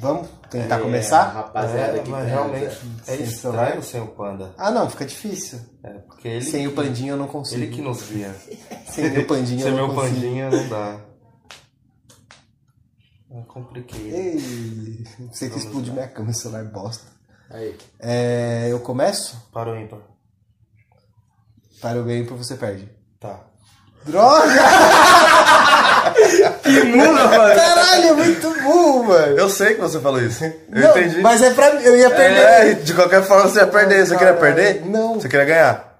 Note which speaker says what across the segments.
Speaker 1: Vamos
Speaker 2: Tá
Speaker 1: tentar começar?
Speaker 3: É, Rapaziada,
Speaker 4: é,
Speaker 3: que tá
Speaker 4: mas
Speaker 3: transa.
Speaker 4: realmente é
Speaker 1: Sem
Speaker 4: estranho
Speaker 1: celular?
Speaker 4: sem o panda.
Speaker 1: Ah, não, fica difícil.
Speaker 4: É, porque ele,
Speaker 1: Sem o pandinho eu não
Speaker 4: ele
Speaker 1: consigo.
Speaker 4: que nos guia.
Speaker 1: Sem meu pandinho
Speaker 4: Sem
Speaker 1: eu
Speaker 4: meu
Speaker 1: não consigo.
Speaker 4: pandinha não dá.
Speaker 1: É
Speaker 4: Eu compliquei.
Speaker 1: Ei, você que explode minha cama, esse celular é bosta.
Speaker 3: Aí.
Speaker 1: É, eu começo?
Speaker 4: Parou ímpar.
Speaker 1: Para eu ganho, para você perde.
Speaker 4: Tá.
Speaker 1: Droga!
Speaker 3: Que mula, mano.
Speaker 1: Caralho, é muito burro, mano.
Speaker 2: Eu sei que você falou isso. Eu
Speaker 1: Não,
Speaker 2: entendi.
Speaker 1: Mas é pra mim, eu ia perder.
Speaker 2: É, de qualquer forma você ia perder. Você queria
Speaker 1: Caralho,
Speaker 2: perder?
Speaker 1: não.
Speaker 2: Você queria ganhar?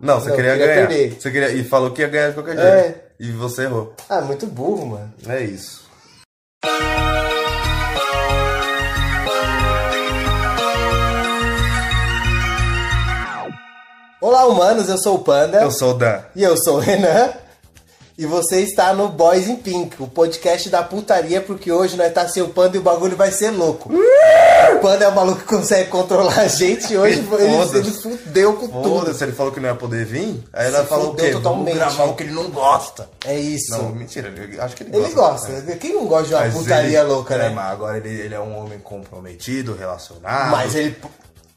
Speaker 2: Não, você
Speaker 1: Não,
Speaker 2: queria,
Speaker 1: queria
Speaker 2: ganhar.
Speaker 1: perder.
Speaker 2: Você queria e falou que ia ganhar de qualquer
Speaker 1: É.
Speaker 2: jeito. E você errou.
Speaker 1: Ah, muito burro, mano.
Speaker 2: É isso.
Speaker 1: Olá, humanos, eu sou o Panda.
Speaker 2: Eu sou o Dan.
Speaker 1: E eu sou o Renan. E você está no Boys in Pink, o podcast da putaria, porque hoje nós tá sem o Panda e o bagulho vai ser louco. O Panda é o maluco que consegue controlar a gente e hoje ele,
Speaker 2: Foda-se.
Speaker 1: ele fudeu com tudo.
Speaker 2: Foda-se, ele falou que não ia poder vir. Aí ela
Speaker 1: Se
Speaker 2: falou o
Speaker 1: fudeu
Speaker 2: quê?
Speaker 1: totalmente.
Speaker 2: Vamos gravar o que ele não gosta.
Speaker 1: É isso.
Speaker 2: Não, mentira. eu acho que ele gosta.
Speaker 1: ele gosta. Quem não gosta de uma
Speaker 2: Mas
Speaker 1: putaria
Speaker 2: ele-
Speaker 1: louca,
Speaker 2: é,
Speaker 1: né?
Speaker 2: mas agora ele, ele é um homem comprometido, relacionado.
Speaker 1: Mas ele.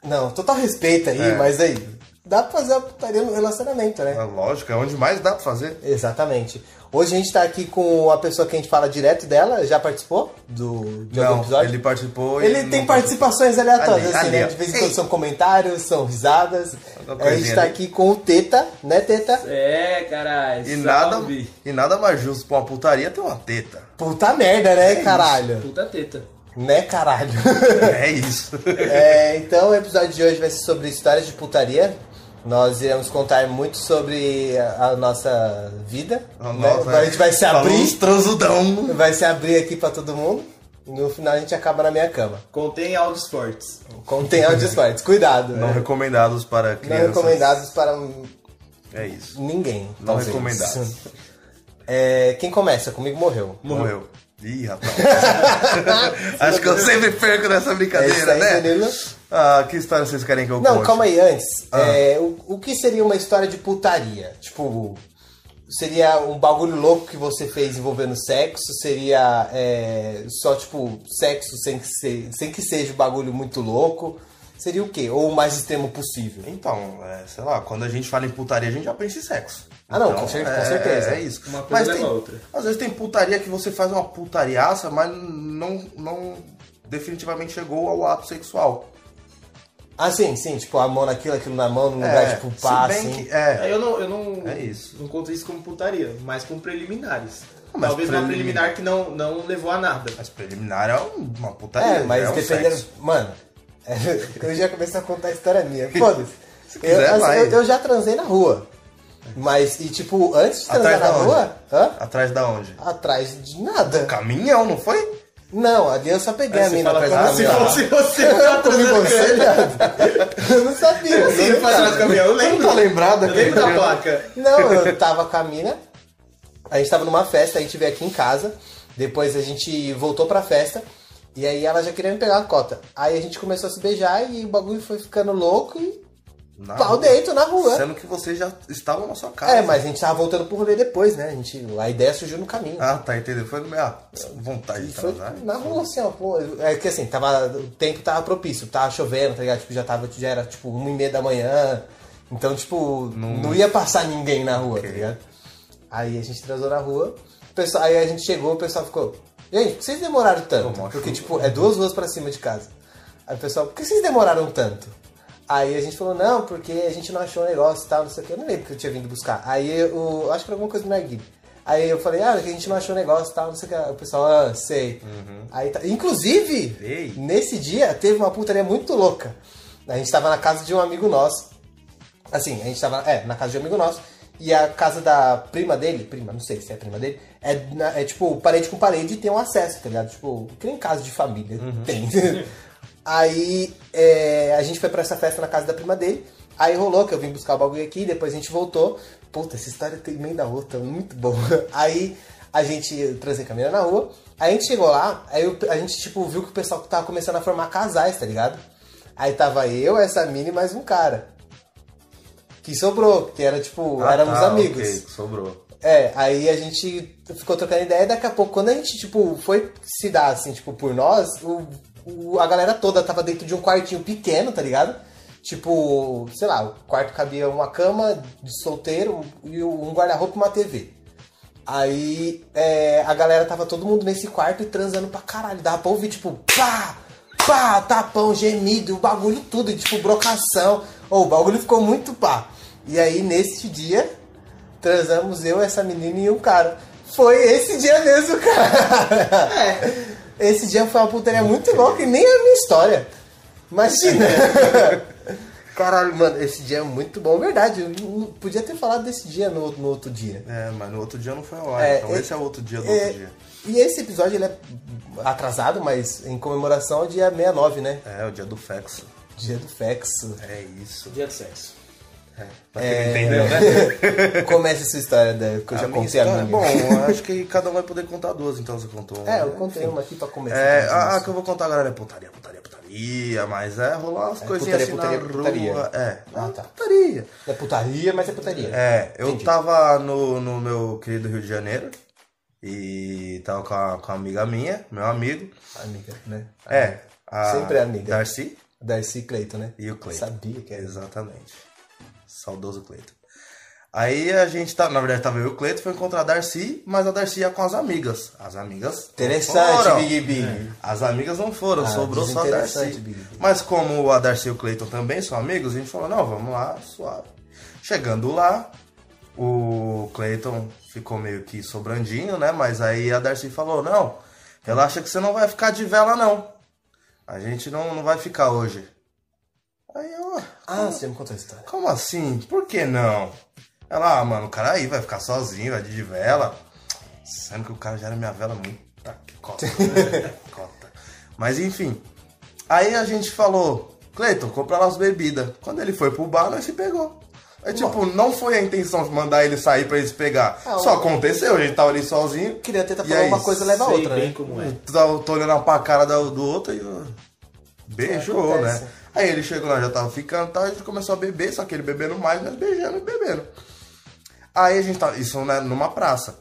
Speaker 1: Não, total respeito aí,
Speaker 2: É.
Speaker 1: mas aí. Dá pra fazer uma putaria no relacionamento, né?
Speaker 2: É Lógico, é onde mais dá pra fazer.
Speaker 1: Exatamente. Hoje a gente tá aqui com a pessoa que a gente fala direto dela, já participou do, de algum
Speaker 2: Não,
Speaker 1: episódio?
Speaker 2: ele participou. e
Speaker 1: Ele
Speaker 2: não
Speaker 1: tem
Speaker 2: participou.
Speaker 1: participações aleatórias,
Speaker 2: Ali,
Speaker 1: assim,
Speaker 2: ali,
Speaker 1: né?
Speaker 2: ó.
Speaker 1: De vez em quando são comentários, são risadas. A
Speaker 2: Alguma
Speaker 1: gente
Speaker 2: coisinha
Speaker 1: tá
Speaker 2: ali.
Speaker 1: aqui com o Teta, né, Teta?
Speaker 3: É, caralho.
Speaker 2: E nada, um-
Speaker 3: salve.
Speaker 2: e nada mais justo pra uma putaria ter uma teta.
Speaker 1: Puta merda, né, caralho?
Speaker 3: Puta teta.
Speaker 1: Né, caralho?
Speaker 2: É isso.
Speaker 1: É, então o episódio de hoje vai ser sobre histórias de putaria. Nós iremos contar muito sobre a, a nossa vida. né? a gente vai se
Speaker 2: Falou
Speaker 1: abrir.
Speaker 2: uns transudão.
Speaker 1: Vai se abrir aqui pra todo mundo. E no final a gente acaba na minha cama.
Speaker 3: Contém áudios fortes.
Speaker 1: Contém áudios fortes, cuidado.
Speaker 2: Não
Speaker 1: né?
Speaker 2: recomendados para
Speaker 1: Não
Speaker 2: crianças.
Speaker 1: recomendados para
Speaker 2: É isso.
Speaker 1: ninguém.
Speaker 2: Não
Speaker 1: talvez.
Speaker 2: recomendados.
Speaker 1: É, quem começa? Comigo morreu.
Speaker 2: Morreu. Ih, rapaz. Acho que eu sempre perco nessa brincadeira,
Speaker 1: É isso aí,
Speaker 2: né?
Speaker 1: Danilo.
Speaker 2: Ah, que história vocês querem que eu
Speaker 1: Não,
Speaker 2: conte?
Speaker 1: calma aí, antes.
Speaker 2: Ah.
Speaker 1: é, o, o que seria uma história de putaria? Tipo, seria um bagulho louco que você fez envolvendo sexo? Seria é, só, tipo, sexo sem que, se- sem que seja um bagulho muito louco? Seria o quê? Ou o mais extremo possível?
Speaker 2: Então, é, sei lá, quando a gente fala em putaria, a gente já pensa em sexo.
Speaker 1: Ah, não,
Speaker 2: Então,
Speaker 1: com cer- com
Speaker 2: é-
Speaker 1: certeza.
Speaker 2: É isso.
Speaker 3: Uma coisa
Speaker 2: mas
Speaker 3: leva
Speaker 2: tem,
Speaker 3: a outra.
Speaker 2: Às vezes tem putaria que você faz uma putariaça, mas não, não definitivamente chegou ao ato sexual.
Speaker 1: Ah, sim, sim. Tipo, a mão naquilo, aquilo na mão, no lugar de tipo, pá,
Speaker 2: É, se bem
Speaker 1: assim.
Speaker 2: que, é,
Speaker 3: Eu não, eu não,
Speaker 2: É isso.
Speaker 3: não conto isso como putaria, mas como preliminares.
Speaker 2: Ah, mas
Speaker 3: Talvez uma preliminar
Speaker 2: preliminar-
Speaker 3: que não, não levou a nada.
Speaker 2: Mas preliminar é um- uma
Speaker 3: Tá
Speaker 2: putaria.
Speaker 1: É, mas
Speaker 2: é um
Speaker 1: dependendo.
Speaker 2: sexo.
Speaker 1: Mano, eu já comecei a contar a história minha. Foda-se. Eu,
Speaker 2: quiser,
Speaker 1: assim,
Speaker 2: vai.
Speaker 1: eu, eu já transei na rua. Mas, e tipo, antes de transar
Speaker 2: Atrás
Speaker 1: na
Speaker 2: da onde?
Speaker 1: rua, hã?
Speaker 2: Atrás da onde?
Speaker 1: atrás de nada.
Speaker 2: Caminhão, não foi?
Speaker 1: Não, ali eu só
Speaker 2: É,
Speaker 1: peguei a
Speaker 3: Você
Speaker 1: mina
Speaker 3: fala
Speaker 1: atrás da
Speaker 3: como se
Speaker 1: minha.
Speaker 3: fosse você que tá
Speaker 1: Comi você,
Speaker 3: transando.
Speaker 1: nada. Eu não sabia. eu
Speaker 3: Você
Speaker 1: não
Speaker 3: faz atrás
Speaker 1: sabia.
Speaker 3: do caminhão, eu
Speaker 2: Você
Speaker 3: lembro.
Speaker 2: não tá lembrada?
Speaker 3: Eu lembro da
Speaker 2: cara?
Speaker 3: placa.
Speaker 1: Não, eu tava com a mina. A gente tava numa festa, a gente veio aqui em casa. Depois a gente voltou pra festa. E aí ela já queria me pegar a cota. Aí a gente começou a se beijar e o bagulho foi ficando louco e
Speaker 2: Na
Speaker 1: pau
Speaker 2: rua.
Speaker 1: dentro na rua.
Speaker 2: Sendo que você já estava na sua casa.
Speaker 1: É, mas a gente tava voltando pro rolê depois, né? A, gente, a ideia surgiu no caminho.
Speaker 2: Ah, tá, entendeu? Foi no meu. Ah, vontade
Speaker 1: E
Speaker 2: de
Speaker 1: foi
Speaker 2: transar.
Speaker 1: na rua, assim, ó. Pô, é que assim, tava, o tempo tava propício, tava chovendo, tá ligado? Tipo, já, tava, já era tipo uma e meia da manhã. Então, tipo, não, ia passar ninguém na rua, tá ligado? Aí a gente transou na rua. o pessoal- aí a gente chegou, o pessoal ficou. Gente, por que vocês demoraram tanto?
Speaker 2: Ô, macho.
Speaker 1: Porque, tipo, é duas ruas pra cima de casa. Aí o pessoal, por que vocês demoraram tanto? Aí a gente falou, não, porque a gente não achou o negócio e tal, não sei o que. Eu não lembro que eu tinha vindo buscar. Aí eu acho que era alguma coisa do Narguilha. Aí eu falei, ah, que a gente não achou o negócio e tal, não sei o que. Aí O pessoal, ah, sei. Aí tá- Inclusive,
Speaker 2: Ei.
Speaker 1: nesse dia teve uma putaria muito louca. A gente tava na casa de um amigo nosso. Assim, a gente tava é, na casa de um amigo nosso. E a casa da prima dele, prima, não sei se é prima dele, é, na- é tipo parede com parede e tem um acesso, tá ligado? Tipo, que nem casa de família tem. Aí é, a gente foi pra essa festa na casa da prima dele. Aí rolou que eu vim buscar o bagulho aqui, depois a gente voltou. Puta, essa história tem meio da outra, muito boa. Aí a gente trazer a mina na rua. Aí a gente chegou lá, aí eu- a gente, tipo, viu que o pessoal tava começando a formar casais, tá ligado? Aí tava eu, essa mina e mais um cara. Que sobrou, que era tipo,
Speaker 2: Ah,
Speaker 1: éramos
Speaker 2: tá,
Speaker 1: amigos.
Speaker 2: ok, sobrou.
Speaker 1: É, aí a gente ficou trocando ideia e daqui a pouco, quando a gente, tipo, foi se dar, assim, tipo, por nós, o, o- a galera toda tava dentro de um quartinho pequeno, tá ligado? Tipo, sei lá, o quarto cabia uma cama de solteiro e um guarda-roupa e uma TV. Aí é, a galera tava todo mundo nesse quarto e transando pra caralho. Dava pra ouvir, tipo, pá, pá, tapão, gemido, o bagulho tudo, e, tipo, brocação. Ô, o bagulho ficou muito pá. E aí, neste dia, transamos eu, essa menina e um cara. Foi esse dia mesmo, cara.
Speaker 3: É.
Speaker 1: Esse dia foi uma putaria muito louca e nem é a minha história. Imagina. Caralho, mano, esse dia é muito bom, verdade. Eu não- podia ter falado desse dia no, no outro dia.
Speaker 2: É, mas no outro dia não foi a hora.
Speaker 1: É,
Speaker 2: então
Speaker 1: é-
Speaker 2: esse é o outro dia do
Speaker 1: É,
Speaker 2: outro dia.
Speaker 1: e esse episódio ele é atrasado, mas em comemoração ao dia 69, né?
Speaker 2: É, o dia do fexo.
Speaker 1: Dia do Fexo.
Speaker 2: É isso.
Speaker 3: Dia de sexo.
Speaker 2: Pra quem não entendeu, né?
Speaker 1: Comece sua história, né? que É, eu já
Speaker 2: minha
Speaker 1: contei a
Speaker 2: história- é
Speaker 1: minha.
Speaker 2: Bom, eu acho que cada um vai poder contar duas, então você contou uma.
Speaker 1: é, eu contei uma aqui pra começar. então,
Speaker 2: É, a, a que eu vou contar agora é putaria, putaria, putaria, mas é rolar as
Speaker 1: É, putaria,
Speaker 2: coisinhas assim
Speaker 1: putaria,
Speaker 2: na
Speaker 1: putaria.
Speaker 2: rua. É,
Speaker 1: Ah, tá.
Speaker 2: putaria.
Speaker 1: É putaria, mas é putaria.
Speaker 2: É, eu
Speaker 1: Entendi.
Speaker 2: tava no, no meu querido Rio de Janeiro e tava com a- com uma amiga minha, meu amigo.
Speaker 1: Amiga, né?
Speaker 2: É, a
Speaker 1: Sempre é amiga.
Speaker 2: Darcy
Speaker 1: Darcy e Cleiton, né?
Speaker 2: e o Cleiton.
Speaker 1: Sabia que era isso.
Speaker 2: É, Exatamente. Saudoso Cleiton. Aí a gente tá, na verdade tava eu e o Cleiton, foi encontrar a Darcy, mas a Darcy ia com as amigas. As amigas. não
Speaker 1: Interessante,
Speaker 2: foram.
Speaker 1: Big Big.
Speaker 2: As amigas não foram,
Speaker 1: Ah,
Speaker 2: sobrou só a
Speaker 1: desinteressante,
Speaker 2: Darcy.
Speaker 1: Big Big.
Speaker 2: Mas como a Darcy e o Cleiton também são amigos, a gente falou, não, vamos lá, suave. Chegando lá, o Cleiton ficou meio que sobrandinho, né? Mas aí a Darcy falou, não, relaxa que você não vai ficar de vela, não. A gente não, não vai ficar hoje. Aí eu, "Ah,
Speaker 1: Ah, você já me contou a história.
Speaker 2: como assim? Por que não? Ela, ah, mano, o cara aí vai ficar sozinho, vai de vela. Sendo que o cara já era minha vela muito. que cota, né? cota. Mas enfim. Aí a gente falou, Cleiton, compra lá as bebidas. Quando ele foi pro bar, nós se pegou. É tipo, não foi a intenção de mandar ele sair pra ele se pegar.
Speaker 1: Ah,
Speaker 2: Só
Speaker 1: o-
Speaker 2: aconteceu, a gente tava ali sozinho.
Speaker 1: Queria tentar
Speaker 2: E
Speaker 1: falar
Speaker 2: aí,
Speaker 1: uma coisa leva a
Speaker 3: Sei
Speaker 1: outra,
Speaker 3: bem
Speaker 1: né?
Speaker 3: como é.
Speaker 2: Tô, tô olhando pra cara da- do outro e. ó, Beijou,
Speaker 1: Acontece.
Speaker 2: né? Aí ele chegou lá, já tava ficando e tal, a gente começou a beber, só que ele bebendo mais, nós beijando e bebendo. Aí a gente tava. Isso né, numa praça.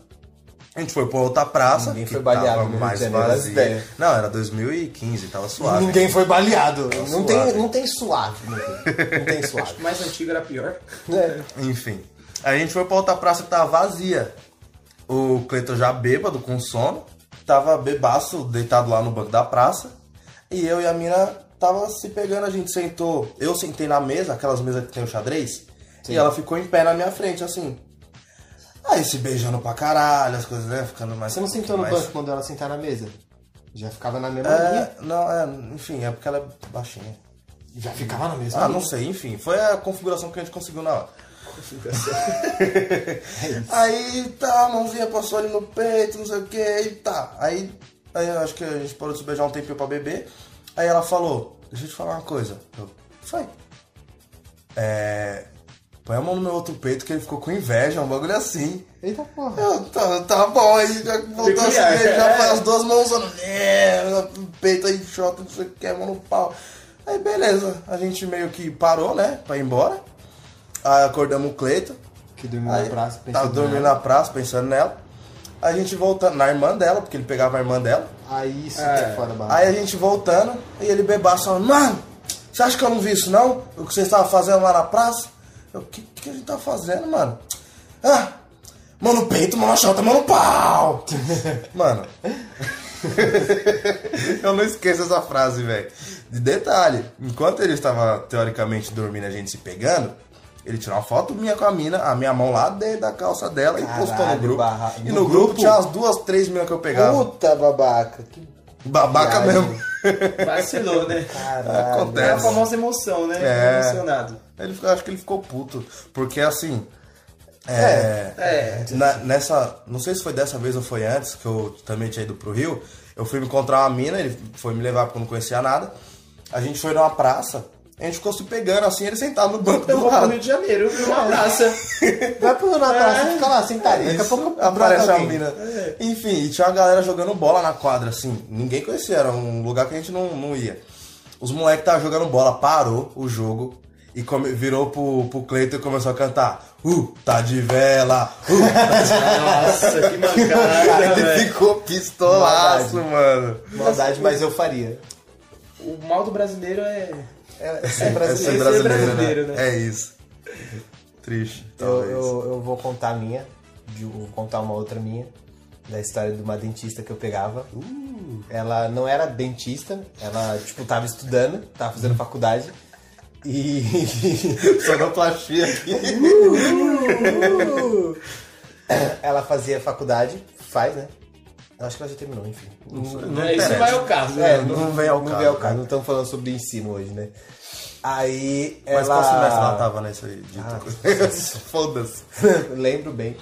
Speaker 2: A gente foi pra outra praça.
Speaker 1: Ninguém
Speaker 2: que
Speaker 1: foi baleado
Speaker 2: tava
Speaker 1: no Rio de
Speaker 2: mais
Speaker 1: Janeiro, das
Speaker 2: vazia.
Speaker 1: ideias.
Speaker 2: Não, era 2015, tava suave.
Speaker 1: Ninguém foi baleado. Não tem,
Speaker 2: Tá suave.
Speaker 1: não tem suave. meu filho. Não tem suave.
Speaker 3: Mais antigo era pior.
Speaker 1: É.
Speaker 2: Enfim. A gente foi pra outra praça que tava vazia. O Cleiton já bêbado, com sono. Tava bebaço, deitado lá no banco da praça. E eu e a mina tava se pegando, a gente sentou. Eu sentei na mesa, aquelas mesas que tem o xadrez. E ela ficou em pé na minha frente, assim. Aí se beijando pra caralho, as coisas, né? Ficando mais.
Speaker 1: Você não sentou no
Speaker 2: mais-
Speaker 1: banco quando ela sentar na mesa? Já ficava na mesma linha?
Speaker 2: É, não, é, enfim, é porque ela é baixinha.
Speaker 1: Já ficava na mesma
Speaker 2: Ah,
Speaker 1: linha.
Speaker 2: não sei, enfim. Foi a configuração que a gente conseguiu na hora. Aí tá, a mãozinha passou ali no peito, não sei o que, e tá. Aí, aí eu acho que a gente parou de se beijar um tempinho pra beber. Aí ela falou, deixa eu te falar uma coisa. Eu, foi. É. Põe a mão no meu outro peito que ele ficou com inveja, um bagulho assim.
Speaker 1: Eita porra.
Speaker 2: Eu, tá, tá bom, aí já voltou a se
Speaker 3: Peculiar,
Speaker 2: beijar,
Speaker 3: é.
Speaker 2: faz as duas mãos no é, peito aí, chota, não sei o que, mão no pau. Aí beleza, a gente meio que parou, né, pra ir embora. Aí acordamos o Cleiton.
Speaker 1: Que dormiu
Speaker 2: Aí,
Speaker 1: na praça.
Speaker 2: tava
Speaker 1: pensando
Speaker 2: dormindo
Speaker 1: Hum, nela.
Speaker 2: na praça, pensando nela. A gente voltando, na irmã dela, porque ele pegava a irmã dela.
Speaker 1: Aí isso
Speaker 3: É.
Speaker 1: que é fora da barra.
Speaker 2: Aí a gente voltando, e ele bebaço falando, mano, você acha que eu não vi isso não? O que vocês estavam fazendo lá na praça? Eu, o que, que a gente tá fazendo, mano? Ah, mão no peito, mão na chota, mão no pau! mano, eu não esqueço essa frase, velho. De detalhe, enquanto ele estava teoricamente dormindo e a gente se pegando, ele tirou uma foto minha com a mina, a minha mão lá dentro da calça dela e postou no
Speaker 1: Caralho,
Speaker 2: grupo.
Speaker 1: barra-
Speaker 2: E
Speaker 1: no
Speaker 2: no, grupo,
Speaker 1: grupo?
Speaker 2: tinha as duas, três minas que eu pegava.
Speaker 1: Puta babaca. Que
Speaker 2: Babaca
Speaker 1: viagem.
Speaker 2: mesmo.
Speaker 3: Vacilou, né?
Speaker 1: Caralho.
Speaker 2: Acontece.
Speaker 3: É a famosa emoção, né?
Speaker 2: É.
Speaker 3: Emocionado.
Speaker 2: Ele, eu acho que ele ficou puto. Porque assim.
Speaker 1: É,
Speaker 2: É,
Speaker 3: é.
Speaker 2: na- nessa. Não sei se foi dessa vez ou foi antes, que eu também tinha ido pro Rio. Eu fui encontrar uma mina, ele foi me levar porque eu não conhecia nada. A gente foi numa praça, a gente ficou se pegando assim, ele sentado no banco
Speaker 3: Eu
Speaker 2: do
Speaker 3: vou pro
Speaker 2: lado.
Speaker 3: Rio de Janeiro, eu vi uma praça.
Speaker 1: Vai pro na praça, fica lá sentado. Daqui a
Speaker 2: Isso,
Speaker 1: pouco
Speaker 2: aparece
Speaker 1: brota
Speaker 2: a
Speaker 1: alguém. É.
Speaker 2: mina. Enfim, e tinha uma galera jogando bola na quadra, assim. Ninguém conhecia, era um lugar que a gente não, não ia. Os moleques estavam jogando bola, parou o jogo. E come- virou pro, pro Cleiton e começou a cantar. Uh, tá de vela! Uh, tá de
Speaker 3: Nossa, que mancada,
Speaker 2: vela! Ele
Speaker 3: velho.
Speaker 2: ficou pistolaço, mano.
Speaker 1: Maldade, mas eu faria.
Speaker 3: O mal do brasileiro é...
Speaker 1: É, é
Speaker 2: É
Speaker 1: brasileiro.
Speaker 2: ser
Speaker 3: ser
Speaker 2: brasileiro,
Speaker 3: brasileiro,
Speaker 2: né?
Speaker 3: né?
Speaker 2: É isso. Triste,
Speaker 1: Eu,
Speaker 2: talvez.
Speaker 1: eu- eu vou contar a minha, de- eu vou contar uma outra minha, da história de uma dentista que eu pegava.
Speaker 2: Uh.
Speaker 1: Ela não era dentista, ela, tipo, tava estudando, tava
Speaker 2: Hum.
Speaker 1: fazendo faculdade. E.
Speaker 2: Sonoplastia aqui.
Speaker 1: ela fazia faculdade, faz, né? Eu acho que ela já terminou, enfim.
Speaker 2: Não
Speaker 3: é isso
Speaker 2: interessa.
Speaker 3: vai ao caso, né?
Speaker 1: É,
Speaker 2: não vem ao
Speaker 1: não
Speaker 2: caso,
Speaker 1: vem ao
Speaker 2: né?
Speaker 1: caso, não estamos falando sobre ensino hoje, né? Aí ela.
Speaker 2: Mas qual semestre ela tava nessa aí? De Foda-se.
Speaker 1: Lembro bem.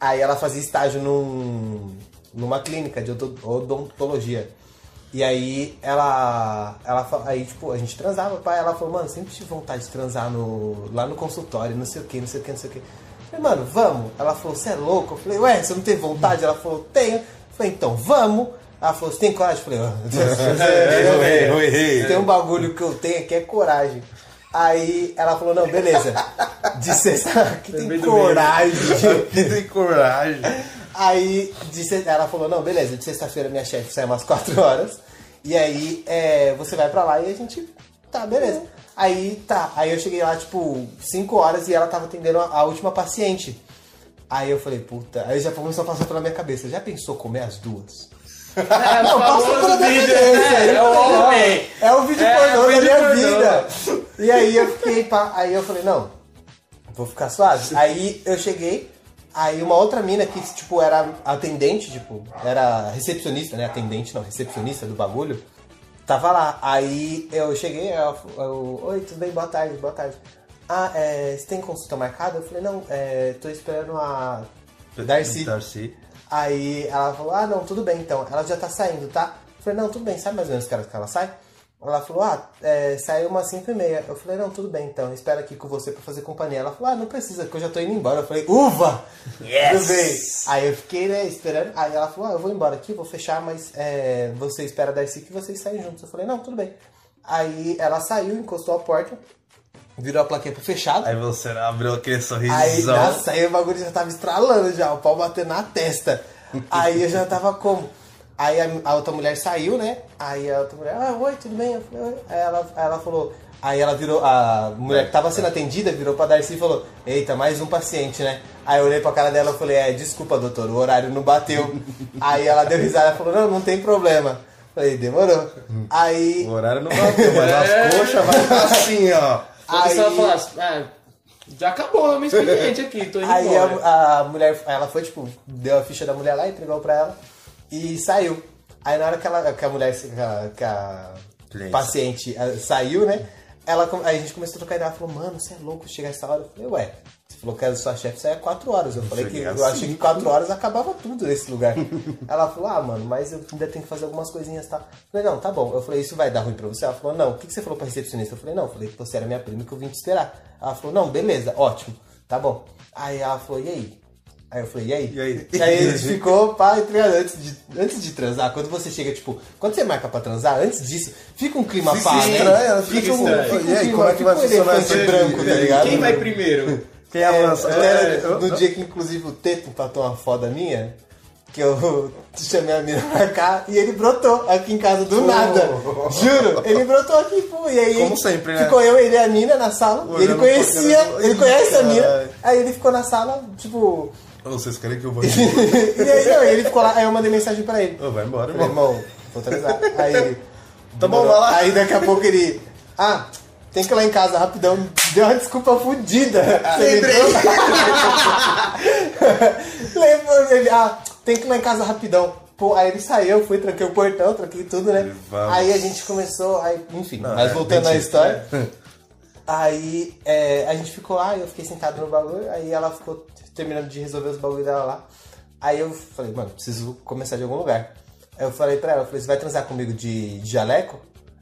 Speaker 1: Aí ela fazia estágio num, numa clínica de odo- odontologia. E aí ela. ela fa- aí, tipo, a gente transava, pai. Ela falou, mano, sempre tive vontade de transar no, lá no consultório, não sei o que, não sei o que, não sei o que. Falei, mano, vamos. Ela falou, você é louco? Eu falei, ué, você não tem vontade? Ela falou, tenho. Eu falei, então, vamos. Ela falou, você tem coragem? Eu falei, oh,
Speaker 2: Eu errei, eu errei.
Speaker 1: Tem um bagulho que eu tenho aqui é coragem. Aí ela falou, não, beleza. De sexta que tem
Speaker 3: Lembrei do
Speaker 1: coragem.
Speaker 2: Que tem coragem.
Speaker 1: Aí de sexta- ela falou, não, beleza, de sexta-feira minha chefe sai umas 4 horas. E aí é, você vai pra lá e a gente. Tá, beleza. Aí tá. Aí eu cheguei lá, tipo, 5 horas e ela tava atendendo a, a última paciente. Aí eu falei, puta, aí já começou a passar pela minha cabeça. Já pensou comer as duas?
Speaker 3: É,
Speaker 1: Não, passa pela minha cabeça.
Speaker 3: É, é o homem.
Speaker 1: É o vídeo
Speaker 3: É,
Speaker 1: pornô
Speaker 3: o vídeo
Speaker 1: da minha
Speaker 3: pornô.
Speaker 1: vida. E aí eu fiquei, pá, aí eu falei, não, vou ficar suave. Aí eu cheguei, aí uma outra mina que, tipo, era atendente, tipo, era recepcionista, né? Atendente, não, recepcionista do bagulho. Tava lá. Aí eu cheguei, ela f- eu, oi, tudo bem? Boa tarde, boa tarde. Ah, é, você tem consulta marcada? Eu falei, não, é, tô esperando a Darcy.
Speaker 2: Darcy.
Speaker 1: Aí ela falou, ah, não, tudo bem então. Ela já tá saindo, tá? Eu falei, não, tudo bem, sabe mais ou menos que horas que ela sai? Ela falou, ah, é, saiu umas 5 e meia. Eu falei, não, tudo bem então, espero aqui com você pra fazer companhia. Ela falou, ah, não precisa, que eu já tô indo embora. Eu falei, uva! Tudo bem. Aí eu fiquei, né, esperando. Aí ela falou, ah, eu vou embora aqui, vou fechar, mas é, você espera a Darcy que vocês saem juntos. Eu falei, não, tudo bem. Aí ela saiu, encostou a porta, virou a plaquinha pro fechado.
Speaker 2: Aí você abriu aquele
Speaker 1: Aí,
Speaker 2: sorrisão.
Speaker 1: nossa, aí o bagulho já tava estralando já, o pau batendo na testa. Aí eu já tava como? Aí a, a outra mulher saiu, né? Aí a outra mulher, ah, oi, tudo bem? Eu falei, "Oi." Aí ela, aí ela falou, aí ela virou, a mulher que tava sendo atendida virou pra Darcy e falou, eita, mais um paciente, né? Aí eu olhei pra cara dela e falei, é, desculpa, doutor, o horário não bateu. aí ela deu risada e falou, não, não tem problema. Falei, demorou. Aí.
Speaker 2: o horário não bateu, mas as coxas vai ficar assim, ó.
Speaker 3: Aí...
Speaker 1: aí-
Speaker 3: Se ela falasse, ah, já acabou meu expediente aqui, tô indo
Speaker 1: Aí
Speaker 3: embora.
Speaker 1: a, a mulher, ela foi, tipo, deu a ficha da mulher lá, entregou pra ela e saiu. Aí na hora que, ela, que a mulher, se- que a, que a
Speaker 2: Cliente.
Speaker 1: paciente eh, saiu, né? Ela, com- aí a gente começou a trocar ideia, ela falou, mano, você é louco chegar essa hora? Eu falei, ué, você falou que a sua chefe saia 4 horas. Eu falei que
Speaker 2: Cheguei
Speaker 1: eu
Speaker 2: às
Speaker 1: achei que 4 horas acabava tudo nesse lugar. ela falou, ah, mano, mas eu ainda tenho que fazer algumas coisinhas e tal. Eu falei, não, tá bom. Eu falei, isso vai dar ruim pra você? Ela falou, não, o que, que você falou pra recepcionista? Eu falei, não, eu falei que você era minha prima e que eu vim te esperar. Ela falou, não, beleza, ótimo, tá bom. Aí ela falou, e aí? Aí eu falei, e aí?
Speaker 2: E aí?
Speaker 1: a gente ficou, pá, tá ligado? antes de, antes de transar, quando você chega, tipo, quando você marca pra transar, antes disso, fica um clima
Speaker 2: Fica
Speaker 1: pá, né?
Speaker 2: estranho,
Speaker 1: fica,
Speaker 3: fica
Speaker 1: um,
Speaker 3: estranho.
Speaker 1: fica um
Speaker 2: E aí,
Speaker 1: clima,
Speaker 2: como é que
Speaker 1: fica
Speaker 2: vai funcionar
Speaker 1: um elefante
Speaker 2: isso aí?
Speaker 1: branco, tá
Speaker 2: Quem
Speaker 1: ligado?
Speaker 3: Quem vai primeiro?
Speaker 2: Quem avança?
Speaker 1: Até
Speaker 2: É, Eu-
Speaker 1: É, no dia que, inclusive, o Teto empatou uma foda minha, que eu chamei a mina pra cá e ele brotou aqui em casa do nada. Juro, ele brotou aqui, pô. E aí
Speaker 2: Oh. Como sempre, né?
Speaker 1: ficou eu, ele e a mina na sala.
Speaker 2: Olhando
Speaker 1: e ele
Speaker 2: pra
Speaker 1: conhecia,
Speaker 2: cara do-
Speaker 1: ele conhece a mina.
Speaker 2: Caralho.
Speaker 1: Aí ele ficou na sala, tipo.
Speaker 2: Ô, Vocês querem que eu vou
Speaker 1: e aí não, ele ficou lá, aí eu mandei mensagem pra ele.
Speaker 2: Ô, vai embora,
Speaker 1: Falei,
Speaker 2: irmão.
Speaker 1: irmão, vou transar. Aí ele.
Speaker 2: Tá bom, vai lá.
Speaker 1: Aí daqui a pouco ele. Ah, tem que ir lá em casa rapidão. Deu uma desculpa fodida. Você lembrou? Lembrou ele. Ah, tem que ir lá em casa rapidão. Pô, aí ele saiu, eu fui, tranquei o portão, tranquei tudo, né?
Speaker 2: E vamos.
Speaker 1: Aí a gente começou, aí, enfim,
Speaker 2: Não,
Speaker 1: mas
Speaker 2: é,
Speaker 1: voltando à
Speaker 2: mentira.
Speaker 1: história. Aí é, a gente ficou lá, eu fiquei sentado no bagulho, aí ela ficou terminando de resolver os bagulhos dela lá. Aí eu falei, mano, preciso começar de algum lugar. Aí eu falei pra ela, eu falei, você vai transar comigo de, de jaleco?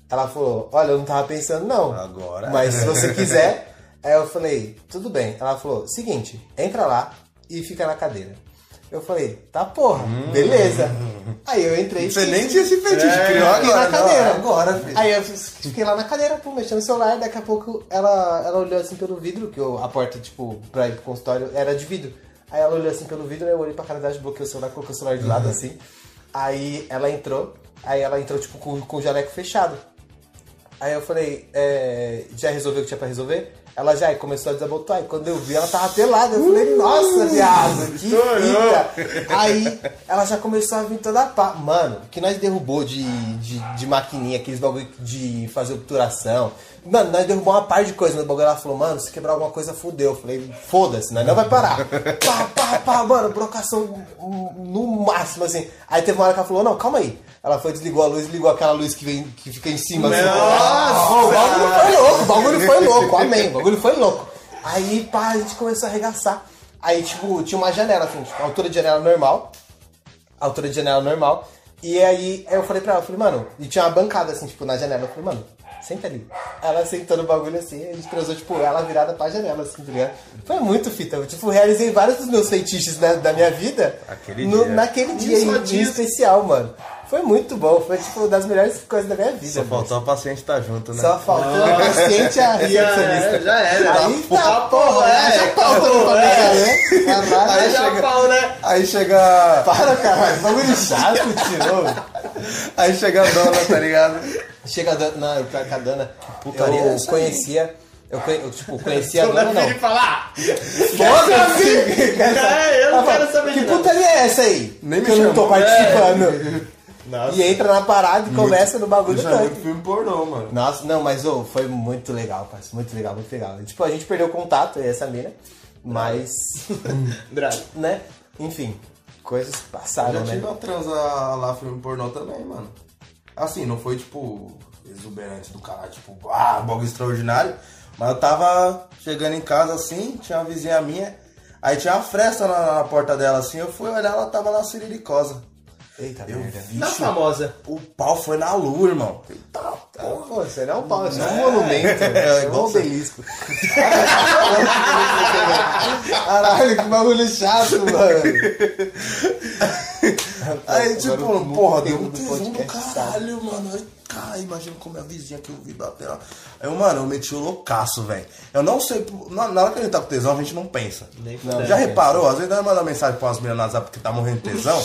Speaker 1: Ela falou, olha, eu não tava pensando não.
Speaker 2: Agora.
Speaker 1: Mas se você quiser. Aí eu falei, tudo bem. Ela falou, seguinte, entra lá e fica na cadeira. Eu falei, tá porra, beleza. Aí eu entrei e
Speaker 2: Você
Speaker 1: fiz.
Speaker 2: nem tinha esse fetiche, criou
Speaker 1: Fiquei
Speaker 2: agora.
Speaker 1: É. na cadeira.
Speaker 2: Não, é. agora, filho.
Speaker 1: Aí eu fiquei lá na cadeira, pô, mexendo no celular, daqui a pouco ela, ela olhou assim pelo vidro, que eu- a porta, tipo, pra ir pro consultório era de vidro. Aí ela olhou assim pelo vidro, eu olhei pra cara dela, bloqueei o celular, coloquei o celular de
Speaker 2: Uhum.
Speaker 1: lado assim. Aí ela entrou, aí ela entrou, tipo, com, com o jaleco fechado. Aí eu falei, é, já resolveu o que tinha pra resolver? Ela já e começou a desabotoar. E quando eu vi, ela tava pelada. Eu falei, nossa, viado, que fita. Aí ela já começou a vir toda a pá. Mano, o que nós derrubou de, de, de maquininha, aqueles bagulho de fazer obturação. Mano, nós derrubamos uma par de coisa no bagulho. Ela falou, mano, se quebrar alguma coisa, fudeu. Eu falei, foda-se, nós não vai parar. Pá, pá, pá, mano, brocação no máximo, assim. Aí teve uma hora que ela falou, não, calma aí. Ela foi, desligou a luz, ligou aquela luz que, vem, que fica em cima. Assim, Ó, o bagulho foi louco, o bagulho foi louco, amém, o bagulho foi louco. Aí, pá, a gente começou a arregaçar. Aí, tipo, tinha uma janela, assim, tipo, altura de janela normal. Altura de janela normal. E aí, eu falei pra ela, eu falei, mano, e tinha uma bancada, assim, tipo, na janela. Eu falei, mano, senta ali. Ela sentou no bagulho, assim, a gente transou, tipo, ela virada pra janela, assim, tá ligado? Foi muito fita. Eu, tipo, realizei vários dos meus feitiços né, da minha vida.
Speaker 2: Aquele
Speaker 1: no-
Speaker 2: dia.
Speaker 1: Naquele dia em, em especial, mano. Foi muito bom, foi, tipo, uma das melhores coisas da minha vida.
Speaker 2: Só
Speaker 1: mano.
Speaker 2: faltou a paciente estar junto, né?
Speaker 1: Só faltou a paciente a É
Speaker 3: é
Speaker 1: recepcionista.
Speaker 3: já era.
Speaker 1: Aí tá, porra,
Speaker 3: né?
Speaker 1: é, já pauta no papel, né? Tá Caralho,
Speaker 3: Aí já é. pau, né?
Speaker 2: Aí chega.
Speaker 1: para, caralho, bagulho chato, tio.
Speaker 2: Aí chega a dona, tá ligado?
Speaker 1: Chega a Dana, não, pior que a Dana,
Speaker 2: putaria é
Speaker 1: eu
Speaker 2: isso aí.
Speaker 1: conhecia, eu, conhe- eu, tipo, conhecia a Dana,
Speaker 3: Quando
Speaker 1: não.
Speaker 3: ele falar. "Ah,
Speaker 1: Foda-se! Tá
Speaker 3: É, eu não quero saber
Speaker 1: Que
Speaker 3: de nada.
Speaker 1: putaria é essa aí?
Speaker 2: Nem me
Speaker 1: que eu não tô
Speaker 2: chamou. É.
Speaker 1: participando.
Speaker 3: Nossa.
Speaker 1: E entra na parada e começa no bagulho
Speaker 4: Já é
Speaker 1: tanto.
Speaker 4: muito filme pornô, mano.
Speaker 1: Nossa, não, mas ô, foi muito legal, parceiro. Muito legal, muito legal. E, Tipo, a gente perdeu o contato, eu e essa mina. Mas,
Speaker 3: Drago.
Speaker 1: né? Enfim, coisas
Speaker 4: Eu
Speaker 2: é.
Speaker 1: passaram,
Speaker 4: já tive
Speaker 1: né?
Speaker 4: uma transa lá filme pornô também, mano. Assim, não foi tipo exuberante do caralho, tipo,
Speaker 2: Ah, um bagulho extraordinário. Mas eu tava chegando em casa assim, tinha uma vizinha minha. Aí tinha uma fresta na, na porta dela assim. Eu fui olhar, ela tava na cirillicosa.
Speaker 1: Eita,
Speaker 2: Eu
Speaker 1: merda.
Speaker 2: vi.
Speaker 3: Na famosa.
Speaker 2: O pau foi na lua, irmão.
Speaker 1: Pô, você não é um pau, isso é um monumento.
Speaker 2: É,
Speaker 1: É um
Speaker 2: igual você.
Speaker 1: obelisco. Caralho, que bagulho chato, mano.
Speaker 2: Aí, tipo, porra, deu um
Speaker 1: do
Speaker 2: tesão do
Speaker 1: podcast,
Speaker 2: caralho, mano. Aí, cara, imagina como é a vizinha que eu vi bater lá. Aí, eu, mano, eu meti o loucaço, velho. Eu não sei, na, na hora que a gente tá com tesão, a gente não pensa.
Speaker 3: Nem
Speaker 1: Não.
Speaker 2: Já reparou? Às vezes nós mandamos mensagem pra umas meninas no WhatsApp que tá morrendo de tesão.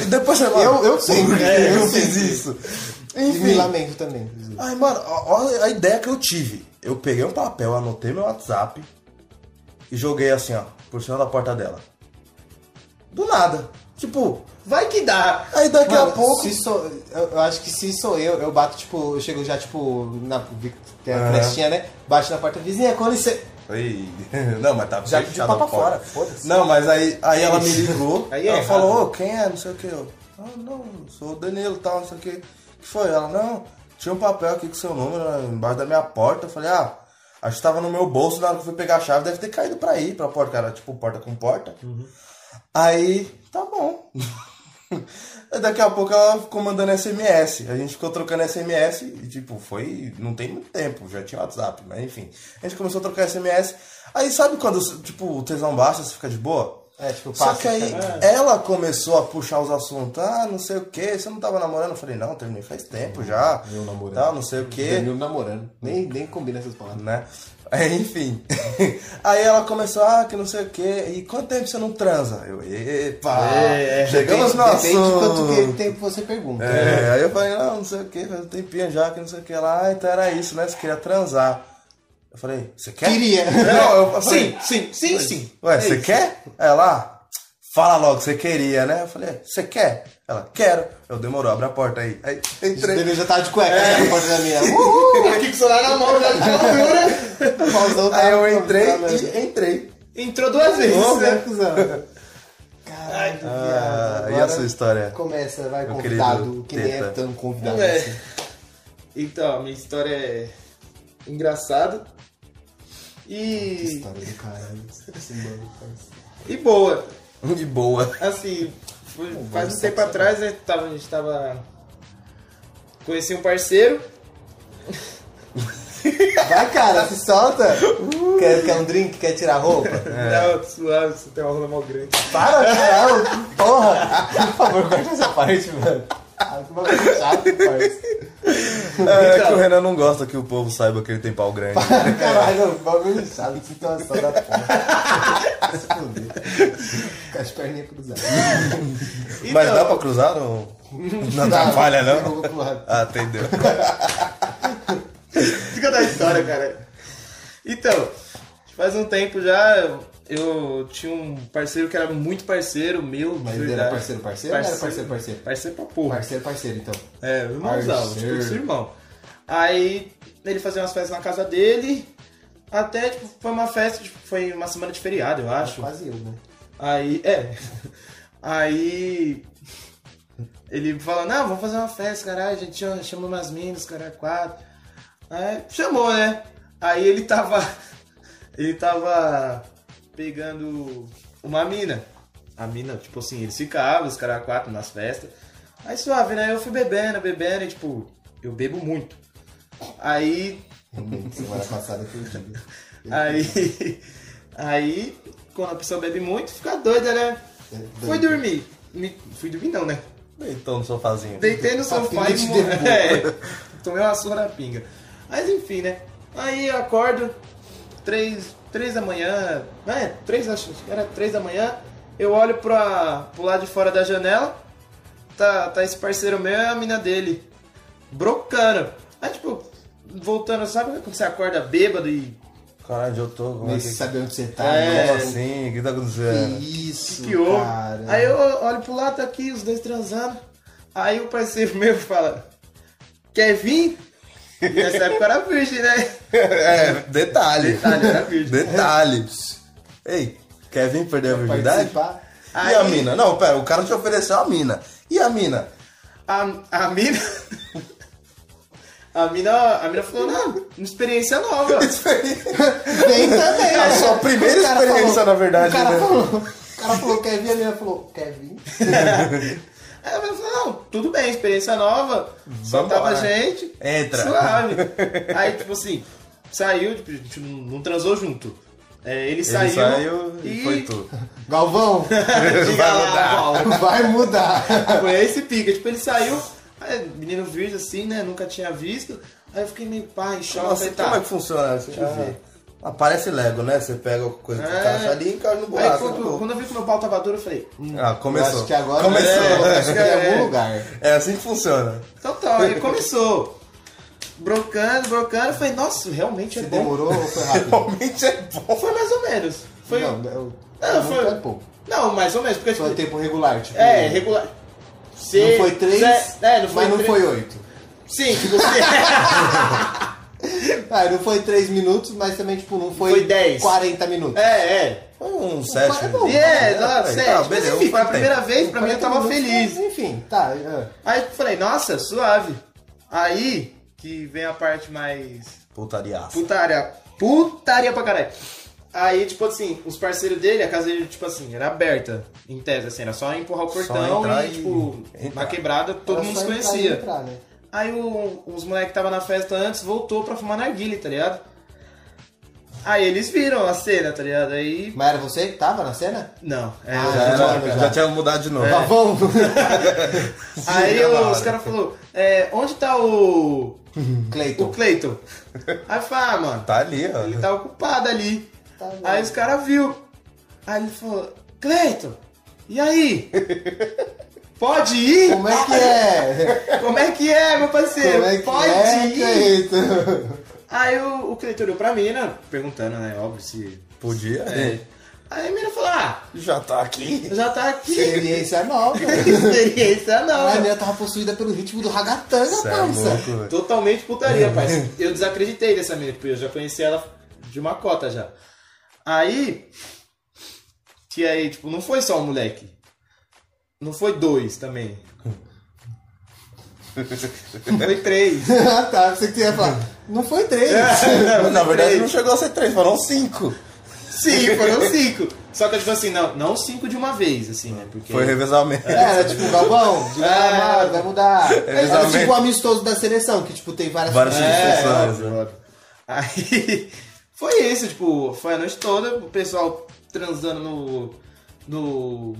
Speaker 2: e depois você fala,
Speaker 1: Eu- eu sempre,
Speaker 2: "Por que
Speaker 1: eu
Speaker 2: eu fiz
Speaker 1: sempre."
Speaker 2: isso.
Speaker 1: E me
Speaker 2: Enfim.
Speaker 1: lamento também. inclusive.
Speaker 2: Ai, mano, ó- ó a ideia que eu tive. Eu peguei um papel, anotei meu WhatsApp e joguei assim, ó, por cima da porta dela. Do nada. Tipo,
Speaker 3: Vai que dá.
Speaker 2: aí daqui
Speaker 1: Mano,
Speaker 2: a pouco.
Speaker 1: se sou- eu, eu acho que se sou eu, eu bato, tipo, eu chego já, tipo, na. Tem a
Speaker 2: Aham.
Speaker 1: flechinha, né? Baixo na porta vizinha, com licença.
Speaker 2: Ei, Não, mas tava
Speaker 1: Já
Speaker 2: fechado
Speaker 1: pediu pra
Speaker 2: a
Speaker 1: pra
Speaker 2: porta.
Speaker 1: fora, foda-se.
Speaker 2: Não, mas aí, aí ela me ligou,
Speaker 3: Aí é
Speaker 2: ela
Speaker 3: errado.
Speaker 1: né?
Speaker 2: falou, ô, quem é? Não sei o que. Eu, ah, não, sou o Danilo e tal, não sei o que. que foi? Ela, não, tinha um papel aqui com seu número né, embaixo da minha porta. Eu falei, ah, acho que tava no meu bolso na hora que eu fui pegar a chave, deve ter caído pra ir pra porta, cara, tipo porta com porta.
Speaker 1: Uhum.
Speaker 2: Aí, tá bom. Aí Daqui a pouco ela ficou mandando SMS. A gente ficou trocando SMS e, tipo, foi. Não tem muito tempo, já tinha WhatsApp, mas enfim. A gente começou a trocar SMS. Aí sabe quando, tipo, o tesão baixa, você fica de boa?
Speaker 1: É, tipo,
Speaker 2: Só
Speaker 1: passa.
Speaker 2: que aí
Speaker 1: cara.
Speaker 2: ela começou a puxar os assuntos. Ah, não sei o que, você não tava namorando? Eu falei, não, terminei faz tempo já.
Speaker 1: eu namorando.
Speaker 2: Tal, não sei o que
Speaker 1: Danilo namorando. Nem, nem combina essas palavras.
Speaker 2: né? Aí, Enfim. Aí ela começou, ah, que não sei o quê. E quanto tempo você não transa? Eu, epa!
Speaker 3: É,
Speaker 2: chegamos no
Speaker 1: Depende de quanto que-
Speaker 2: assunto.
Speaker 1: tempo você pergunta. né?
Speaker 2: É, aí eu falei, não, não sei o que, faz um tempinho já, que não sei o que lá. Ah, então era isso, né? Você queria transar. Eu falei, você quer?
Speaker 1: Queria. É
Speaker 2: Não, eu falei,
Speaker 3: Sim, sim, sim, sim.
Speaker 2: Ué, você quer? Ela, "Ah, fala logo, você queria, né? Eu falei, você quer? Ela, quero. Eu demorou, abre a porta aí. Aí
Speaker 1: O
Speaker 2: entrei. É.
Speaker 1: Danilo já tava tá de cueca já na porta da minha. Uh! tá
Speaker 3: Aqui com o celular na mão né? já ficou dura.
Speaker 1: O pauzão tava
Speaker 2: Aí eu entrei
Speaker 1: falando.
Speaker 2: e entrei.
Speaker 3: Entrou duas vezes.
Speaker 1: tá Ô,
Speaker 3: né?
Speaker 1: né, cuzão? Caralho,
Speaker 2: Ah,
Speaker 1: viado.
Speaker 2: e a sua
Speaker 1: Agora
Speaker 2: história?
Speaker 1: Começa, vai
Speaker 2: Meu
Speaker 1: convidado,
Speaker 2: querido
Speaker 1: que nem é
Speaker 2: Teta.
Speaker 1: tão convidado
Speaker 3: É.
Speaker 1: assim.
Speaker 3: Então, minha história é engraçada e,
Speaker 1: História do caralho. Esse mano, parceiro.
Speaker 3: e boa.
Speaker 2: De boa.
Speaker 3: Assim, foi- faz um tempo atrás, né, tava, a gente tava. Conheci um parceiro.
Speaker 1: Vai, cara, se solta. Quer, quer um drink? Quer tirar a roupa?
Speaker 3: Não, suave, você tem uma rola mal grande.
Speaker 1: Para, caralho. Porra. Por favor, corta essa parte, mano. Ah, que bagulho chato, parça.
Speaker 2: É que o Renan não gosta que o povo saiba que ele tem pau grande.
Speaker 1: Caralho, bagulho chato. Que situação da porra. Vai se fuder. Com as perninhas cruzadas.
Speaker 2: Mas dá pra cruzar ou não atrapalha, não?
Speaker 1: Jogou pro lado.
Speaker 2: Ah, entendeu.
Speaker 3: Fica da história, cara. Então, faz um tempo já eu- eu tinha um parceiro que era muito parceiro meu. de
Speaker 1: Mas ele
Speaker 3: verdade.
Speaker 1: era parceiro, parceiro? ou Era parceiro, parceiro.
Speaker 3: Parceiro pra porra.
Speaker 1: Parceiro, parceiro, então.
Speaker 3: É, o irmãozão, tipo,
Speaker 1: Parceiro.
Speaker 3: seu irmão. Aí ele fazia umas festas na casa dele. Até, tipo, foi uma festa, tipo, foi uma semana de feriado, eu acho.
Speaker 1: Quase eu, né?
Speaker 3: Aí, é. Aí. Ele falou, não, vamos fazer uma festa, caralho. A gente chama- chamou umas minas, caralho, quatro. Aí chamou, né? Aí ele tava. Ele tava pegando uma mina. A mina, tipo assim, eles ficavam, os caras quatro nas festas. Aí suave, né? Eu fui bebendo, bebendo, e tipo, eu bebo muito. Aí
Speaker 1: Realmente, Semana passada que eu tive.
Speaker 3: Aí. Aí, quando a pessoa bebe muito, fica doida, né? Fui dormir. Me- fui dormir não, né?
Speaker 2: Então, no sofazinho.
Speaker 3: Deitei no sofá e
Speaker 1: Apetite
Speaker 3: mo-
Speaker 1: derruba.
Speaker 3: é, Tomei uma surra na pinga. Mas enfim, né? Aí eu acordo, três, três da manhã. É, três, acho que era três da manhã. Eu olho pra, pro lado de fora da janela. Tá, tá esse parceiro meu e a mina dele. Brocando. Aí, tipo, voltando, sabe quando você acorda bêbado e
Speaker 2: Caralho, onde eu tô. Como é
Speaker 1: Nem se
Speaker 2: que...
Speaker 1: sabe onde você tá.
Speaker 2: Como
Speaker 1: né?
Speaker 2: assim? O que tá
Speaker 1: Que
Speaker 2: acontecendo?
Speaker 1: Isso,
Speaker 3: que houve.
Speaker 1: cara.
Speaker 3: Aí eu olho pro lado, tá aqui, os dois transando. Aí o parceiro meu fala, quer vir? E Nessa época eu era virgem, né?
Speaker 2: É, detalhe.
Speaker 3: Detalhe, era virgem.
Speaker 2: Detalhes. Ei, quer vir perder a virgindade?
Speaker 1: Participar.
Speaker 2: E a
Speaker 3: Aí-
Speaker 2: mina? Não, pera, o cara te ofereceu a mina. E a mina?
Speaker 3: A, a mina... A mina, a mina falou, não, uma experiência nova.
Speaker 1: Bem também,
Speaker 2: A
Speaker 1: né?
Speaker 2: sua primeira
Speaker 1: O cara
Speaker 2: experiência,
Speaker 1: falou-
Speaker 2: na verdade,
Speaker 1: O cara,
Speaker 2: né?
Speaker 1: falou, o cara falou, quer vir? A menina falou, quer vir?
Speaker 3: Aí a mina falou, não, tudo bem, experiência nova. Só
Speaker 2: Vambora.
Speaker 3: tava gente.
Speaker 2: Entra.
Speaker 3: Suave. Aí, tipo assim, saiu, tipo, a gente não não transou junto. É, ele,
Speaker 2: Ele
Speaker 3: saiu,
Speaker 2: saiu e foi tudo.
Speaker 1: então Galvão,
Speaker 3: Diga lá, Val.
Speaker 1: vai mudar.
Speaker 3: Foi esse pica. Tipo, ele saiu, aí, menino virgem assim, né? Nunca tinha visto. Aí eu fiquei meio pá, em choque.
Speaker 2: Nossa,
Speaker 3: falei,
Speaker 2: como
Speaker 3: tá.
Speaker 2: é que funciona? Deixa eu
Speaker 3: Ah.
Speaker 2: ver. Aparece Lego, né? Você pega a coisa que
Speaker 3: É.
Speaker 2: encaixa ali e encaixa no
Speaker 3: Aí
Speaker 2: buraco. né,
Speaker 3: quando, quando eu vi que meu pau tava duro, eu falei, hum,
Speaker 2: Ah, começou.
Speaker 1: Eu Acho que agora
Speaker 2: Começou.
Speaker 1: É, acho que é em
Speaker 3: É.
Speaker 1: algum lugar.
Speaker 2: É assim que funciona.
Speaker 3: então tá. Aí começou. Brocando, brocando. Eu falei, nossa, realmente é
Speaker 1: Se
Speaker 3: bom.
Speaker 1: demorou ou foi rápido?
Speaker 2: Realmente é bom.
Speaker 3: Foi mais ou menos. Foi.
Speaker 1: Não,
Speaker 3: Não,
Speaker 1: eu,
Speaker 3: Não,
Speaker 1: muito
Speaker 3: foi-
Speaker 1: é pouco.
Speaker 3: mais ou menos, porque tipo,
Speaker 1: Foi tempo regular, tipo.
Speaker 3: é, regular. Se,
Speaker 1: Não foi três,
Speaker 3: se- é, não foi
Speaker 1: mas não
Speaker 3: três.
Speaker 1: foi um. oito.
Speaker 3: Sim, tipo, se-
Speaker 1: Ah, não foi três minutos, mas também, tipo, não foi,
Speaker 3: Foi dez.
Speaker 1: 40 minutos.
Speaker 3: é, é.
Speaker 2: Foi um sete.
Speaker 1: é bom.
Speaker 3: E é, tá,
Speaker 2: peraí,
Speaker 3: sério.
Speaker 2: tá,
Speaker 3: Mas,
Speaker 2: beleza,
Speaker 1: é
Speaker 3: enfim, foi a
Speaker 2: tem.
Speaker 3: primeira vez, É, pra mim eu
Speaker 1: 40
Speaker 3: tava
Speaker 1: um minutos,
Speaker 3: feliz.
Speaker 1: mas, enfim, tá. é.
Speaker 3: Aí eu falei, nossa, suave. Aí que vem a parte mais
Speaker 2: Putariaça.
Speaker 3: putaria. Putaria pra caralho. Aí, tipo assim, os parceiros dele, a casa dele, tipo assim, era aberta, em tese, assim, era só empurrar o portão
Speaker 2: entrar
Speaker 3: e,
Speaker 2: e
Speaker 3: tipo,
Speaker 2: entrar.
Speaker 3: na quebrada todo
Speaker 1: Era
Speaker 3: mundo
Speaker 1: só
Speaker 3: se
Speaker 1: entrar e
Speaker 3: conhecia.
Speaker 1: entrar, né?
Speaker 3: Aí o- os moleques que tava na festa antes voltou pra fumar narguile, tá ligado? Aí eles viram a cena, tá ligado? Aí.
Speaker 1: Mas era você que tava na cena?
Speaker 3: Não, é,
Speaker 1: Ah,
Speaker 3: eu
Speaker 2: Já,
Speaker 3: já-
Speaker 2: era-
Speaker 1: Mano, já.
Speaker 2: já tinha mudado de novo.
Speaker 1: Tá bom.
Speaker 3: Aí
Speaker 2: era da
Speaker 3: os
Speaker 2: hora.
Speaker 3: caras falaram, é, onde tá o. O
Speaker 1: Cleiton.
Speaker 3: Cleiton. Aí fala, ah, mano,
Speaker 2: Tá ali, ó.
Speaker 3: ele tá ocupado ali.
Speaker 1: Tá bom.
Speaker 3: aí os caras viu. Aí ele falou, Cleiton, e aí? Pode ir?
Speaker 1: Como é que é?
Speaker 3: Como é que é, meu parceiro?
Speaker 1: Como é que
Speaker 3: Pode
Speaker 1: é,
Speaker 3: ir?
Speaker 1: Cleiton?
Speaker 3: Aí o, o Cleiton olhou pra mina, perguntando, né, óbvio, se...
Speaker 2: Podia.
Speaker 3: É. Aí a mina falou, ah,
Speaker 2: Já tá aqui.
Speaker 3: já tá aqui.
Speaker 1: Experiência nova.
Speaker 3: Experiência não.
Speaker 1: A menina tava possuída pelo ritmo do ragatanga,
Speaker 2: Cê é louco,
Speaker 1: parça.
Speaker 2: velho.
Speaker 3: Totalmente putaria, parceiro. Eu desacreditei dessa mina, porque eu já conheci ela de uma cota já. Aí. Que aí, tipo, não foi só um moleque. Não foi dois também. Foi três.
Speaker 1: Ah, tá, você que ia falar. Não foi três.
Speaker 2: É. Na verdade, não chegou a ser três, foram cinco.
Speaker 3: Sim, foram cinco. Só que, tipo assim, não, não cinco de uma vez, assim, né? Porque.
Speaker 1: É.
Speaker 2: Foi revezamento.
Speaker 1: Era tipo, Galvão, diga lá,
Speaker 3: É.
Speaker 1: Mário, vai mudar. É, Era
Speaker 2: Exatamente.
Speaker 1: tipo o amistoso da seleção, que tipo, tem várias
Speaker 2: Várias
Speaker 1: É.
Speaker 2: substituições.
Speaker 3: óbvio,
Speaker 2: né?
Speaker 3: óbvio. Aí foi isso, tipo, foi a noite toda, o pessoal transando no. no.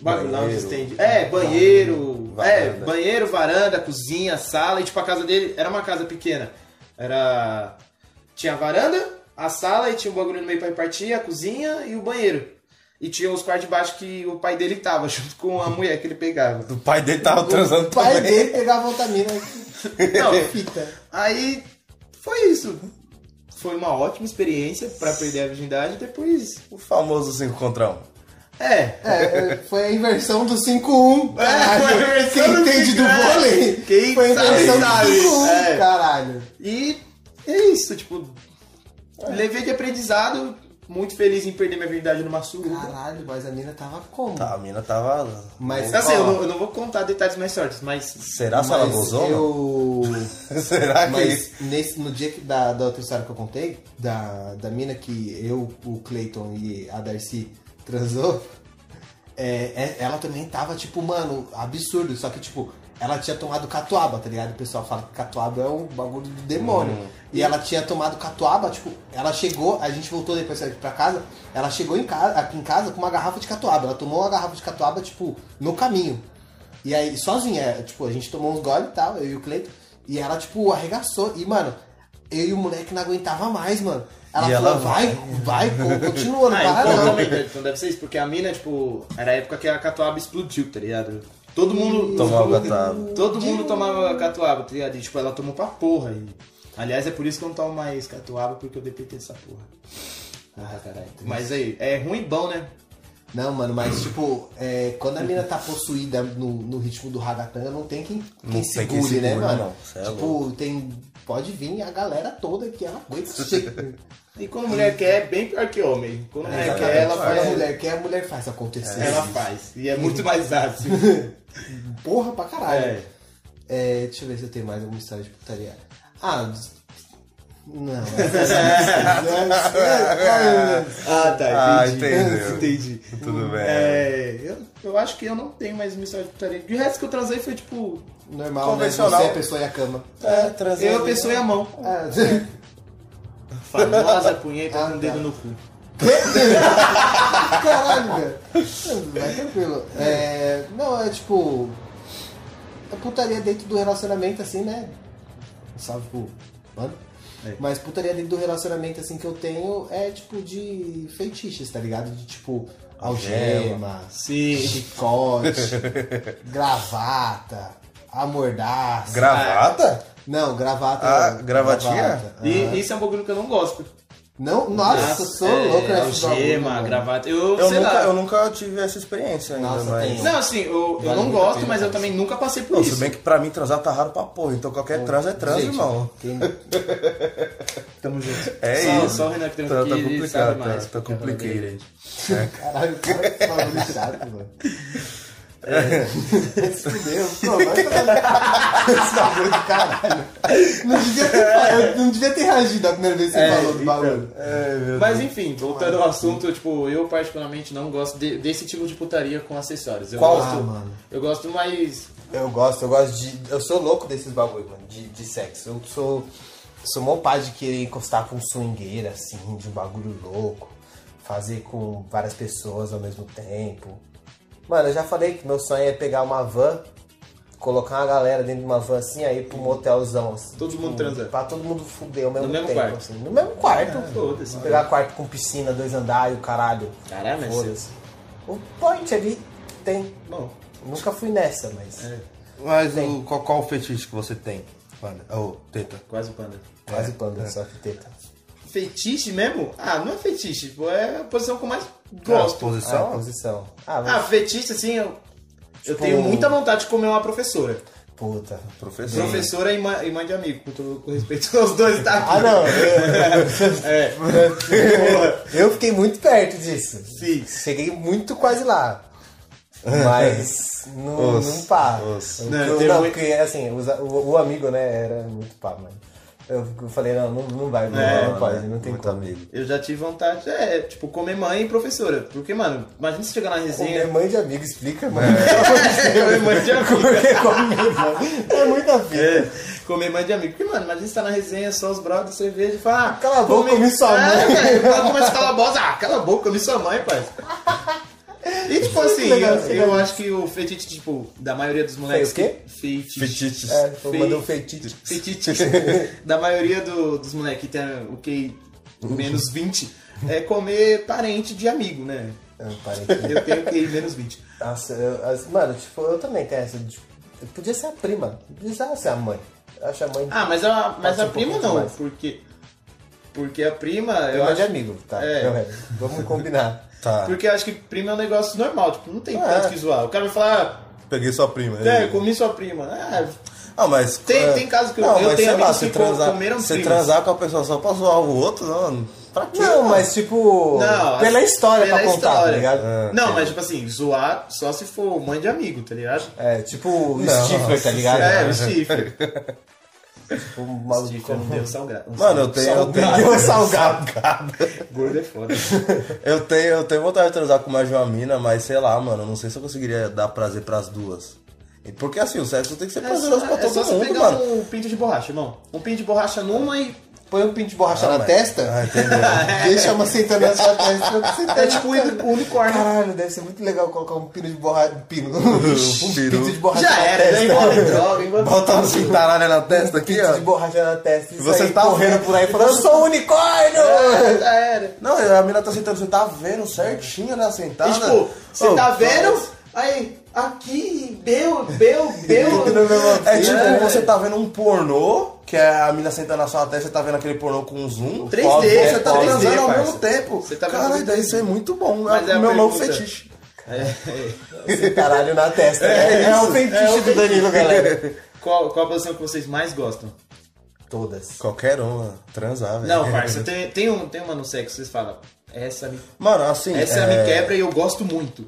Speaker 3: bagulho lá onde
Speaker 2: Banheiro.
Speaker 3: estende. É, banheiro. É,
Speaker 2: Varanda.
Speaker 3: banheiro, varanda, cozinha, sala. E tipo, a casa dele era uma casa pequena. Era. Tinha a varanda, a sala e tinha um bagulho no meio pra repartir, a cozinha e o banheiro. E tinha os quartos de baixo que o pai dele tava, junto com a mulher que ele pegava.
Speaker 2: O pai dele tava transando
Speaker 1: O pai
Speaker 2: também.
Speaker 1: dele pegava voltamina.
Speaker 3: Não,
Speaker 1: Fita.
Speaker 3: Aí foi isso. Foi uma ótima experiência pra perder a virgindade. Depois.
Speaker 2: O famoso cinco contra um.
Speaker 3: É.
Speaker 1: É, foi a inversão do 5-1. caralho.
Speaker 3: foi a inversão
Speaker 1: Quem
Speaker 3: do
Speaker 1: entende do
Speaker 3: 5-1,
Speaker 1: vôlei?
Speaker 3: quem
Speaker 1: foi a
Speaker 3: sabe,
Speaker 1: inversão
Speaker 3: sabe.
Speaker 1: do 5-1,
Speaker 3: É.
Speaker 1: caralho.
Speaker 3: E é isso, tipo.
Speaker 1: É.
Speaker 3: Levei de aprendizado. Muito feliz em perder minha virgindade numa suruba.
Speaker 1: Caralho, mas a mina tava como?
Speaker 2: Tá, a mina tava.
Speaker 1: Mas
Speaker 3: Assim, eu
Speaker 1: ó,
Speaker 3: não, eu não vou contar detalhes mais fortes, mas.
Speaker 2: Será se ela
Speaker 1: mas
Speaker 2: gozou? não?
Speaker 1: eu...
Speaker 2: Será que. é
Speaker 1: Mas nesse, no dia que, da, da outra história que eu contei, da, da mina que eu, o Clayton e a Darcy transou, é, é- ela também tava, tipo, mano, absurdo. Só que, tipo, ela tinha tomado catuaba, tá ligado? O pessoal fala que catuaba é um bagulho do demônio. E ela tinha tomado catuaba, tipo, ela chegou, a gente voltou depois pra casa, ela chegou em casa, aqui em casa com uma garrafa de catuaba. Ela tomou uma garrafa de catuaba, tipo, no caminho. E aí, sozinha, é, tipo, a gente tomou uns goles e tal, eu e o Cleiton. E ela, tipo, arregaçou. E, mano, eu e o moleque não aguentava mais, mano. Ela
Speaker 2: E
Speaker 1: falou,
Speaker 2: ela-
Speaker 1: vai, vai, pô, continua, não
Speaker 3: Ah,
Speaker 1: para
Speaker 3: então,
Speaker 1: não.
Speaker 3: também, então deve ser isso, porque a mina, tipo, era a época que a catuaba explodiu, tá ligado? Todo mundo.
Speaker 2: Tomava
Speaker 3: todo,
Speaker 2: catuaba.
Speaker 3: todo mundo tomava catuaba, tá ligado? E, tipo, ela tomou pra porra. E... Aliás, é por isso que eu não tomo mais catuaba, porque eu depetei dessa porra. Ah, caralho. Mas aí, é ruim e bom, né?
Speaker 1: Não, mano, mas, tipo, é, quando a mina tá possuída no, no ritmo do ragatanga, não tem quem, quem
Speaker 2: Não tem
Speaker 1: segure,
Speaker 2: quem
Speaker 1: né,
Speaker 2: segure,
Speaker 1: mano?
Speaker 2: não. Cê é
Speaker 1: tipo, tem... Pode vir a galera toda que ela aguenta.
Speaker 3: E quando mulher quer, é bem pior que homem. Quando mulher
Speaker 2: É,
Speaker 1: Exatamente.
Speaker 3: quer, ela
Speaker 2: tipo,
Speaker 1: Quando a
Speaker 3: faz.
Speaker 1: mulher quer, a mulher faz acontecer.
Speaker 3: Ela faz. E é muito mais ácido.
Speaker 1: Porra pra caralho.
Speaker 3: É.
Speaker 1: É, deixa eu ver se eu tenho mais alguma história de putaria. Ah, des- não. é
Speaker 3: Ah,
Speaker 2: Ah,
Speaker 3: tá. Entendi.
Speaker 2: entendeu.
Speaker 3: entendi.
Speaker 2: Tudo bem.
Speaker 3: É, eu, eu acho que eu não tenho mais uma história de putaria. De resto que eu transei foi tipo.
Speaker 1: Normal, né? Você
Speaker 2: Convencional.
Speaker 1: é a pessoa e a cama.
Speaker 2: É, transando.
Speaker 3: Eu, a pessoa e a mão.
Speaker 1: Ah,
Speaker 3: É. Famosa punheta
Speaker 1: Ah,
Speaker 3: com o
Speaker 1: tá.
Speaker 3: dedo no cu.
Speaker 1: Caralho, velho. Vai tranquilo. É, não, é tipo... A putaria dentro do relacionamento, assim, né? Salve pro mano.
Speaker 3: É.
Speaker 1: Mas putaria dentro do relacionamento, assim, que eu tenho é, tipo, de feitiços, tá ligado? De, tipo, algema,
Speaker 3: Sim.
Speaker 1: chicote, gravata, amordaça.
Speaker 3: É.
Speaker 2: Gravata?
Speaker 1: Não, gravata.
Speaker 2: Ah, gravatinha?
Speaker 1: gravata.
Speaker 3: E
Speaker 1: Ah.
Speaker 3: isso é um bagulho que eu não gosto.
Speaker 1: Não, nossa, eu sou louco
Speaker 3: é,
Speaker 1: nesse bagulho,
Speaker 3: algema,
Speaker 1: mano.
Speaker 3: gravata. Eu,
Speaker 2: Eu
Speaker 3: sei
Speaker 2: nunca,
Speaker 3: lá.
Speaker 2: eu nunca tive essa experiência ainda,
Speaker 1: Nossa,
Speaker 2: mas.
Speaker 1: tem.
Speaker 3: Não, assim, eu, eu
Speaker 1: Vale
Speaker 3: não
Speaker 1: muito a
Speaker 3: gosto,
Speaker 1: pena,
Speaker 3: mas eu
Speaker 1: cara.
Speaker 3: também nunca passei por
Speaker 2: Não, se
Speaker 3: é isso.
Speaker 2: bem que pra mim transar tá raro pra porra, então qualquer trans é trans,
Speaker 1: Gente,
Speaker 2: irmão.
Speaker 1: quem-
Speaker 3: Tamo junto.
Speaker 2: É
Speaker 3: só,
Speaker 2: isso.
Speaker 3: Só o Renan que tem
Speaker 2: Tá-
Speaker 3: que
Speaker 2: tá
Speaker 3: ele
Speaker 2: complicado,
Speaker 3: sabe
Speaker 2: tá-
Speaker 3: mais.
Speaker 2: tá complicado.
Speaker 1: Caralho, o cara que bagulho chato, mano. É. Se fudeu, pô, vai falar esse bagulho do caralho. Não devia ter, eu não devia ter reagido a primeira vez que você
Speaker 3: É,
Speaker 1: falou do
Speaker 3: então.
Speaker 1: bagulho.
Speaker 2: é,
Speaker 3: Mas enfim, voltando ao assunto, eu, tipo, eu particularmente não gosto de- desse tipo de putaria com acessórios. Eu
Speaker 2: Qual?
Speaker 1: Ah,
Speaker 3: gosto.
Speaker 1: mano.
Speaker 3: Eu gosto mais.
Speaker 1: Eu gosto, eu gosto de. Eu sou louco desses bagulho, mano, de, de sexo. Eu sou. Sou mó pai de querer encostar com swingueira, assim, de um bagulho louco. Fazer com várias pessoas ao mesmo tempo. Mano, eu já falei que meu sonho é pegar uma van, colocar uma galera dentro de uma van assim, aí pro motelzão, assim.
Speaker 3: Todo mundo transando.
Speaker 1: Pra todo mundo fuder ao mesmo,
Speaker 3: No mesmo
Speaker 1: tempo,
Speaker 3: quarto. É,
Speaker 1: assim. No mesmo quarto.
Speaker 3: foda-se.
Speaker 1: pegar quarto com piscina, dois andares, o caralho.
Speaker 3: Caralho, mas
Speaker 1: Foda-se. O point ali tem.
Speaker 3: Bom,
Speaker 1: Nunca fui nessa, mas.
Speaker 2: Mas o, qual, qual o fetiche que você tem? Mano, Ô, teta.
Speaker 3: quase o panda.
Speaker 1: Quase panda, só que teta.
Speaker 3: Fetiche mesmo? Ah, não é fetiche, pô, é a posição que eu mais
Speaker 2: Ah,
Speaker 3: gosto.
Speaker 1: Ah,
Speaker 2: posição?
Speaker 1: posição. Ah, vai.
Speaker 3: Ah, fetiche, assim, eu, eu
Speaker 1: Tipo-
Speaker 3: tenho muita vontade de comer uma professora.
Speaker 1: Puta.
Speaker 2: Professor.
Speaker 3: Professora e, ma- e mãe de amigo, com, todo- com respeito aos dois, tá?
Speaker 1: Ah, não.
Speaker 3: É,
Speaker 1: Eu, eu fiquei muito perto disso.
Speaker 3: sim.
Speaker 1: Cheguei muito quase lá. Mas não,
Speaker 2: Os-
Speaker 1: não pá.
Speaker 2: os-
Speaker 1: Eu-
Speaker 3: Não,
Speaker 1: eu-
Speaker 3: tem
Speaker 1: não,
Speaker 3: muito-
Speaker 1: porque assim, os- o, o amigo, né, era muito pá, mano. Eu eu falei, não, não, não vai, não,
Speaker 3: É,
Speaker 1: não pode, não tem
Speaker 2: né, Muito
Speaker 1: como.
Speaker 2: amigo.
Speaker 3: Eu já tive vontade, é, tipo, comer mãe e professora. Porque, mano, imagina você chegar na
Speaker 1: Comer
Speaker 3: resenha.
Speaker 1: Assim, mãe de amigo, explica, mano. Comer
Speaker 3: Comer mãe de amigo.
Speaker 1: mãe É muita vida.
Speaker 3: É, comer mãe de amigo. Porque, mano, imagina você tá na resenha, só os brothers, cerveja e fala. Ah,
Speaker 1: Cala a boca, comi sua
Speaker 3: É,
Speaker 1: mãe.
Speaker 3: velho, o cara começa a calar a bosta. Ah, cala a boca, comi sua mãe, pai. E, tipo assim,
Speaker 1: legal,
Speaker 3: eu,
Speaker 1: isso é legal.
Speaker 3: eu acho que o fetite, tipo, da maioria dos moleques.
Speaker 1: o quê?
Speaker 3: que- Fetiche.
Speaker 2: Fetiches.
Speaker 1: É, eu mandei um feitiço.
Speaker 3: Fetite. da maioria do- dos moleques que tem o que menos 20 é comer parente de amigo, né?
Speaker 1: Eu parei aqui.
Speaker 3: Eu tenho que ir menos 20.
Speaker 1: Nossa, eu, as- mano, tipo, eu também tenho essa. de- eu podia ser a prima, não precisava ser a mãe. Eu acho a mãe.
Speaker 3: Ah, mas a, mas
Speaker 1: Passa
Speaker 3: a
Speaker 1: um
Speaker 3: prima
Speaker 1: pouquinho
Speaker 3: não,
Speaker 1: mais.
Speaker 3: porque. Porque a prima, eu
Speaker 1: prima de
Speaker 3: acho.
Speaker 1: amigo, tá?
Speaker 3: é.
Speaker 1: Não é. Vamos combinar.
Speaker 2: Tá.
Speaker 3: Porque eu acho que prima é um negócio normal, tipo, não tem
Speaker 1: Ah,
Speaker 3: tanto
Speaker 1: é.
Speaker 3: que zoar. O cara vai falar,
Speaker 2: Peguei sua prima.
Speaker 3: ah, é,
Speaker 2: ele.
Speaker 3: eu comi sua prima. Ah,
Speaker 2: Ah, mas.
Speaker 3: tem,
Speaker 2: é,
Speaker 3: tem casos que eu-
Speaker 2: Não,
Speaker 3: eu, tenho
Speaker 2: mas sei lá,
Speaker 3: amigos
Speaker 2: se
Speaker 3: que co-
Speaker 2: transar,
Speaker 3: comeram
Speaker 2: se
Speaker 3: primas.
Speaker 2: transar com a pessoa só pra zoar o outro, não. Pra quê?
Speaker 1: Não, mas tipo.
Speaker 3: Não,
Speaker 1: pela
Speaker 3: acho-
Speaker 1: história
Speaker 3: pela
Speaker 1: pra contar,
Speaker 3: história.
Speaker 1: tá ligado?
Speaker 2: Ah,
Speaker 3: Não, mas tipo assim, zoar só se for mãe de amigo, tá ligado?
Speaker 1: É, tipo o
Speaker 2: Não,
Speaker 1: Stifler, tá ligado?
Speaker 3: É, o é Stifler.
Speaker 1: Tipo, o
Speaker 3: O
Speaker 1: maluco.
Speaker 3: Stifler não deu salgado.
Speaker 2: Mano, eu tenho. Eu
Speaker 1: Salgado.
Speaker 2: tenho,
Speaker 1: Salgado.
Speaker 3: Gordo é foda.
Speaker 2: eu, tenho, eu tenho vontade de transar com mais de uma mina, mas sei lá, mano. eu Não sei se eu conseguiria dar prazer pras duas. E Porque assim, o sexo tem que ser
Speaker 3: É
Speaker 2: prazeroso
Speaker 3: só,
Speaker 2: pra
Speaker 1: tá
Speaker 3: é só
Speaker 2: todo
Speaker 3: você
Speaker 2: mundo,
Speaker 3: pegar
Speaker 2: mano.
Speaker 3: um pinto de borracha, irmão. Um pinto de borracha numa e.
Speaker 1: Põe um pinto de borracha na
Speaker 2: mas-
Speaker 1: testa,
Speaker 3: um-
Speaker 2: Ah, entendeu?
Speaker 1: deixa uma sentada na sua testa. você tá
Speaker 3: É tipo um unicórnio.
Speaker 1: Caralho, deve ser muito legal colocar um pino de borracha. Pino. Um
Speaker 2: pino.
Speaker 1: pinto de borracha
Speaker 3: Já
Speaker 1: na
Speaker 3: era,
Speaker 1: testa.
Speaker 3: já envolve droga, envolve.
Speaker 2: Bota um cintaralho na testa aqui,
Speaker 1: pinto de
Speaker 2: ó.
Speaker 1: borracha na testa e
Speaker 2: Você
Speaker 1: sair
Speaker 2: tá
Speaker 1: correndo
Speaker 2: vendo?
Speaker 1: por aí falando, "É". eu sou um unicórnio!
Speaker 3: Já era.
Speaker 2: Não, a mina tá sentando, você tá vendo certinho, né? Sentada.
Speaker 3: E, tipo, você
Speaker 2: Ô,
Speaker 3: tá vendo? Aí, aqui, meu, meu, meu.
Speaker 2: É tipo,
Speaker 3: É.
Speaker 2: você tá vendo um pornô, que é a mina sentando na sua testa, você tá vendo aquele pornô com zoom.
Speaker 3: 3D,
Speaker 2: pós,
Speaker 3: é
Speaker 2: você tá
Speaker 3: 3D,
Speaker 2: transando ao
Speaker 3: parça.
Speaker 2: mesmo tempo.
Speaker 3: Você tá vendo
Speaker 2: Caralho,
Speaker 3: tudo
Speaker 2: daí
Speaker 3: isso.
Speaker 2: isso é muito bom.
Speaker 3: Mas
Speaker 2: é
Speaker 3: é
Speaker 2: o
Speaker 3: a
Speaker 2: meu novo
Speaker 3: pergunta.
Speaker 2: fetiche.
Speaker 3: É.
Speaker 1: Esse caralho na testa. É, o feitiço
Speaker 3: É o
Speaker 1: do Danilo, galera.
Speaker 3: Qual, qual a posição que vocês mais gostam?
Speaker 1: Todas.
Speaker 2: Qualquer uma, transar, velho.
Speaker 3: Não, parça, tem, tem, um, tem uma no sexo que vocês falam. Essa me,
Speaker 2: Mano, assim.
Speaker 3: essa
Speaker 2: é...
Speaker 3: me quebra e eu gosto muito.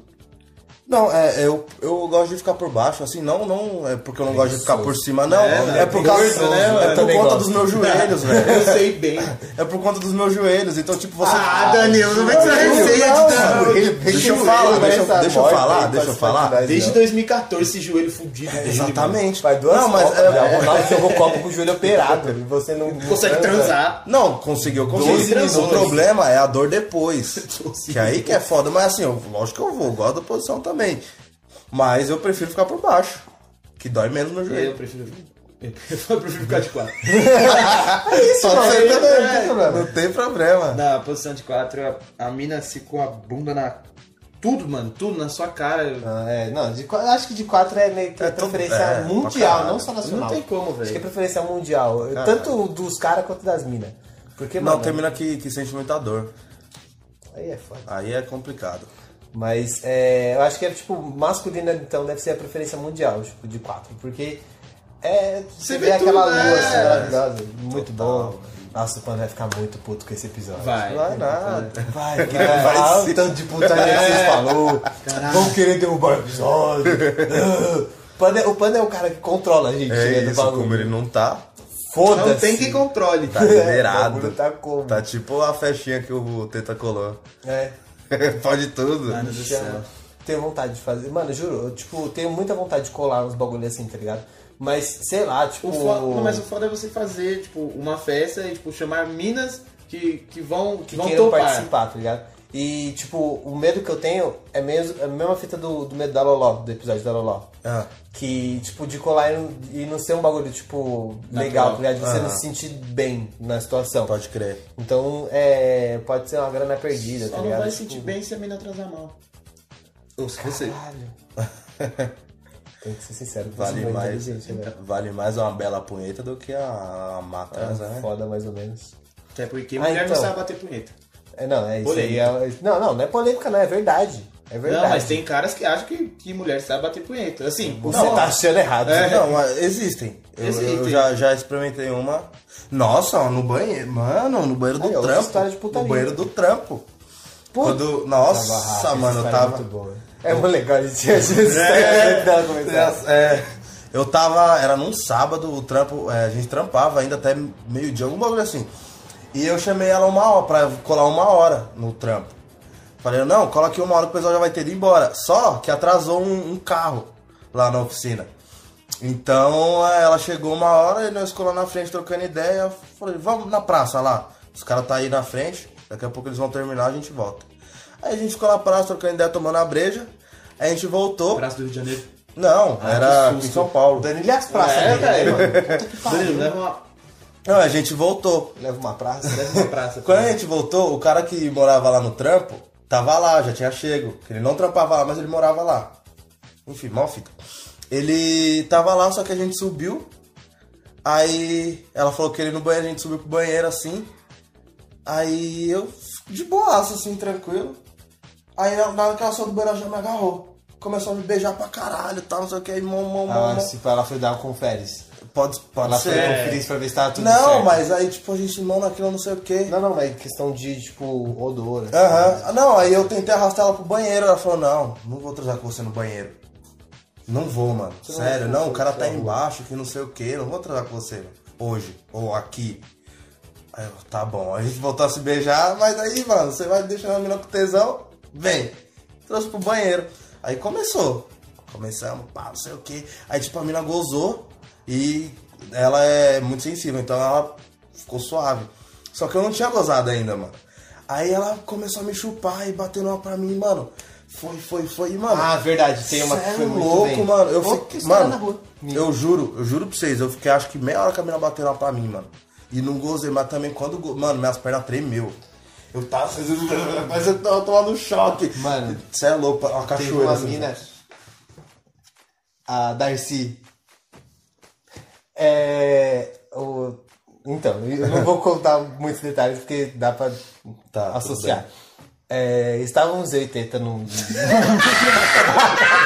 Speaker 2: Não, é, eu, eu gosto de ficar por baixo, assim, não, não é porque eu não gosto de ficar por cima, não.
Speaker 3: É,
Speaker 2: É, por causa.
Speaker 3: preguiçoso, né,
Speaker 2: é
Speaker 1: mano?
Speaker 2: por
Speaker 1: Também
Speaker 2: conta
Speaker 1: gosto.
Speaker 2: dos meus joelhos, velho.
Speaker 3: Eu sei bem.
Speaker 2: É por conta dos meus joelhos. Então, tipo, você.
Speaker 3: Danilo, não vai ter
Speaker 1: Não, mano, ele-
Speaker 2: Deixa eu
Speaker 1: ele-
Speaker 2: falar,
Speaker 1: ele
Speaker 2: deixa
Speaker 1: parece
Speaker 2: eu- deixa eu
Speaker 1: amor,
Speaker 2: falar,
Speaker 1: ele
Speaker 2: deixa eu
Speaker 1: faz
Speaker 2: falar.
Speaker 1: faculdade,
Speaker 3: Desde
Speaker 1: não.
Speaker 3: 2014 esse joelho fudido dele, mano.
Speaker 2: Exatamente.
Speaker 1: Faz duas
Speaker 2: não, mas.
Speaker 1: copas né?
Speaker 2: é-
Speaker 1: já. O Ronaldo jogou copo com o joelho operado. E você não. não
Speaker 3: Consegue
Speaker 1: transa.
Speaker 3: transar.
Speaker 2: Não, conseguiu,
Speaker 3: Doze
Speaker 2: conseguiu.
Speaker 3: minutos.
Speaker 2: O problema é a dor depois.
Speaker 3: Doze
Speaker 2: que aí que é foda, mas assim, eu, lógico que eu vou, eu gosto da posição também. Mas eu prefiro ficar por baixo. Que dói menos no
Speaker 3: É, Eu
Speaker 2: joelho.
Speaker 3: prefiro. Eu prefiro ficar de quatro.
Speaker 1: Isso, mano.
Speaker 3: ser
Speaker 1: também, né? não tem
Speaker 3: também,
Speaker 1: problema.
Speaker 2: Não tem problema.
Speaker 3: Na posição de quatro, a, a mina ficou a bunda na. Tudo, mano, tudo na sua cara. Eu-
Speaker 1: Ah, é, não, de qua- acho que de quatro é meio que
Speaker 2: É tudo-
Speaker 1: preferência
Speaker 2: é, pra
Speaker 1: mundial,
Speaker 2: caralho.
Speaker 1: não só nacional.
Speaker 3: Não tem como,
Speaker 1: Acho que é
Speaker 3: velho.
Speaker 1: preferência mundial. Tanto dos caras quanto das minas. Porque,
Speaker 2: Não,
Speaker 1: mano,
Speaker 2: tem mina que, que sente muita dor.
Speaker 1: aí é foda.
Speaker 2: Aí é complicado.
Speaker 1: Mas é, eu acho que é tipo, masculina então deve ser a preferência mundial, tipo, de quatro. Porque é. Você,
Speaker 3: vê
Speaker 1: vê, aquela
Speaker 3: tudo,
Speaker 1: lua
Speaker 3: né?
Speaker 1: assim, maravilhosa, muito bom. Nossa, o Pan vai ficar muito puto com esse episódio.
Speaker 3: Vai.
Speaker 2: Não é nada.
Speaker 1: Vai, que vai, falar o tanto de putaria que vocês falou. Vão querer derrubar o episódio. O Panda, é- o Panda é o cara que controla a gente,
Speaker 2: É
Speaker 1: né, do
Speaker 2: isso, como
Speaker 1: bagulho.
Speaker 2: ele não tá,
Speaker 1: Foda-se.
Speaker 3: Não tem quem controle.
Speaker 2: tá
Speaker 1: O
Speaker 2: liberado.
Speaker 1: bagulho tá como?
Speaker 2: Tá tipo a festinha que o Teta colou.
Speaker 1: É.
Speaker 2: Pode tudo.
Speaker 3: Mano do céu.
Speaker 1: Tenho vontade de fazer. Mano, juro, eu, tipo, tenho muita vontade de colar uns bagulhos assim, tá ligado? Mas, sei lá, tipo.
Speaker 3: O foda, não, mas o foda é você fazer, tipo, uma festa e, tipo, chamar minas que, que vão, que
Speaker 1: que
Speaker 3: vão
Speaker 1: queiram
Speaker 3: topar.
Speaker 1: participar, tá ligado? E, tipo, o medo que eu tenho é, mesmo, é a mesma fita do, do medo da Loló, do episódio da Loló.
Speaker 2: Ah.
Speaker 1: Que, tipo, de colar e não, e não ser um bagulho, tipo, legal, tá ligado? De você não se sentir bem na situação.
Speaker 2: Pode crer.
Speaker 1: Então, é, pode ser uma grana perdida,
Speaker 3: Só
Speaker 1: tá
Speaker 3: não
Speaker 1: ligado?
Speaker 3: vai
Speaker 1: Tipo,
Speaker 3: sentir bem se a mina transar mal. Ou se você.
Speaker 1: Caralho. Tem que ser sincero,
Speaker 2: Vale
Speaker 1: você é
Speaker 2: mais,
Speaker 3: então.
Speaker 1: inteligente, né?
Speaker 2: vale mais uma bela punheta do que a, a mata,
Speaker 1: É,
Speaker 2: né?
Speaker 1: foda, mais ou menos.
Speaker 3: Até porque
Speaker 1: Ah,
Speaker 3: mulher
Speaker 1: então.
Speaker 3: não sabe bater punheta.
Speaker 1: É, não, é isso aí. é- não, não, não é polêmica, não, é verdade. É verdade.
Speaker 3: Não, mas tem caras que acham que, que mulher sabe bater punheta. Assim,
Speaker 1: Você
Speaker 3: não,
Speaker 1: tá achando errado.
Speaker 2: É, Não, mas existem. Eu, eu
Speaker 3: Existem.
Speaker 2: já, já experimentei uma. Nossa, no banheiro. Mano, no banheiro do
Speaker 1: Aí, outra
Speaker 2: trampo.
Speaker 1: história de putaria.
Speaker 2: No banheiro do trampo.
Speaker 1: Puta.
Speaker 2: Quando. Nossa,
Speaker 1: Tava rápido,
Speaker 2: mano,
Speaker 1: essa história
Speaker 2: eu
Speaker 1: é
Speaker 2: tava.
Speaker 1: muito boa. É muito legal, a gente tinha essa história antes dela tá começar.
Speaker 2: É, Eu tava. Era num sábado, o trampo. é, a gente trampava ainda até meio-dia, algum bagulho assim. E eu chamei ela uma hora pra colar uma hora no trampo. Falei, não, cola aqui uma hora que o pessoal já vai ter ido embora. Só que atrasou um, um carro lá na oficina. Então é, ela chegou uma hora e nós ficou lá na frente trocando ideia. Eu Falei, vamos na praça lá. Os caras tá aí na frente, daqui a pouco eles vão terminar, a gente volta. Aí a gente ficou na praça trocando ideia, tomando a breja. Aí a gente voltou.
Speaker 3: Braço do Rio de Janeiro.
Speaker 2: Não,
Speaker 3: Ah,
Speaker 2: era
Speaker 3: que
Speaker 2: em
Speaker 3: susto.
Speaker 2: São Paulo.
Speaker 1: Danilo e as praças,
Speaker 3: É,
Speaker 1: né?
Speaker 3: velho.
Speaker 1: Puta que pariu.
Speaker 3: Danilo, leva uma,
Speaker 2: Não, a gente voltou.
Speaker 1: Leva uma praça. né?
Speaker 3: leva uma praça.
Speaker 2: Quando a gente voltou, o cara que morava lá no trampo tava lá, já tinha chego. Que Ele não trampava lá, mas ele morava lá. Enfim, mal fita. Ele tava lá, só que a gente subiu. Aí ela falou que ele no banheiro, a gente subiu pro banheiro assim. Aí eu, de boaço, assim, tranquilo. Aí na na hora que ela saiu do banheiro, ela já me agarrou. Começou a me beijar pra caralho e tal, não sei o que. Aí, mão, mão, mão.
Speaker 1: Ah,
Speaker 2: mão.
Speaker 1: se ela foi dar um conferes.
Speaker 2: Pode,
Speaker 1: Ela
Speaker 2: pode
Speaker 1: foi
Speaker 2: ser.
Speaker 1: conferir pra ver se tava tudo
Speaker 2: é. Não,
Speaker 1: certo.
Speaker 2: mas aí, tipo, a gente, mão, naquilo, não sei o que.
Speaker 1: Não, não, mas é questão de, tipo, odor. assim.
Speaker 2: Aham. Ah, Não, aí eu tentei arrastar ela pro banheiro. Ela falou, não, não vou transar com você no banheiro. Não vou, mano. Sério, não, o cara
Speaker 1: é
Speaker 2: tá embaixo, que não sei o que, não vou transar com você mano. hoje, ou aqui. Aí eu, tá bom, a gente voltou a se beijar, mas aí, mano, você vai deixando a mina com tesão, vem. Trouxe pro banheiro. Aí começou. Começamos, pá, não sei o que. Aí, tipo, a mina gozou e ela é muito sensível, então ela ficou suave. Só que eu não tinha gozado ainda, mano. Aí ela começou a me chupar e batendo uma pra mim, mano. Foi, foi, foi, e, mano.
Speaker 1: Ah, verdade, tem uma
Speaker 2: Cê
Speaker 1: que
Speaker 2: é
Speaker 1: foi muito
Speaker 2: louco,
Speaker 1: bem.
Speaker 2: mano. Eu
Speaker 1: Outra
Speaker 2: fiquei,
Speaker 1: história
Speaker 2: mano,
Speaker 1: na rua.
Speaker 2: eu juro, eu juro pra vocês, eu fiquei acho que meia hora que a mina bateu lá pra mim, mano. E não gozei, mas também quando, go- mano, minhas pernas tremeu. Eu tava, mas eu tava tomando um choque.
Speaker 1: Mano,
Speaker 2: Você é louco, uma
Speaker 1: Teve
Speaker 2: cachoeira.
Speaker 1: uma
Speaker 2: assim.
Speaker 1: mina, a Darcy. É. O, então, eu não vou contar muitos detalhes porque dá pra
Speaker 2: Tá, tudo
Speaker 1: associar. É, estávamos eu e Teta num.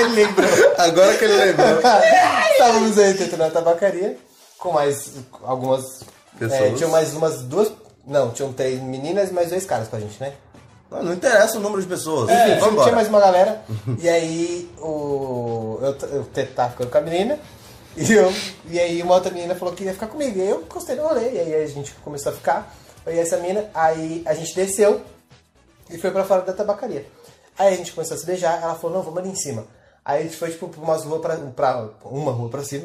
Speaker 1: Ele lembrou.
Speaker 2: Agora que ele lembrou.
Speaker 1: Estávamos eu e Teta na tabacaria com mais algumas. É,
Speaker 2: Pessoas.
Speaker 1: tinham mais umas duas. Não, tinham três meninas e mais dois caras com a gente, né?
Speaker 2: Não, não interessa o número de pessoas.
Speaker 3: É.
Speaker 1: Enfim, tinha-
Speaker 2: Enfim, vambora.
Speaker 1: É, tinha mais uma galera. E aí o. Eu, t- eu t- tava ficando com a menina. E, eu, e aí uma outra menina falou que ia ficar comigo. E eu gostei do rolê. E aí a gente começou a ficar. E essa menina, aí a gente desceu e foi pra fora da tabacaria. Aí a gente começou a se beijar, ela falou, não, vamos ali em cima. Aí a gente foi, tipo, pra umas ruas pra, pra- uma rua pra cima.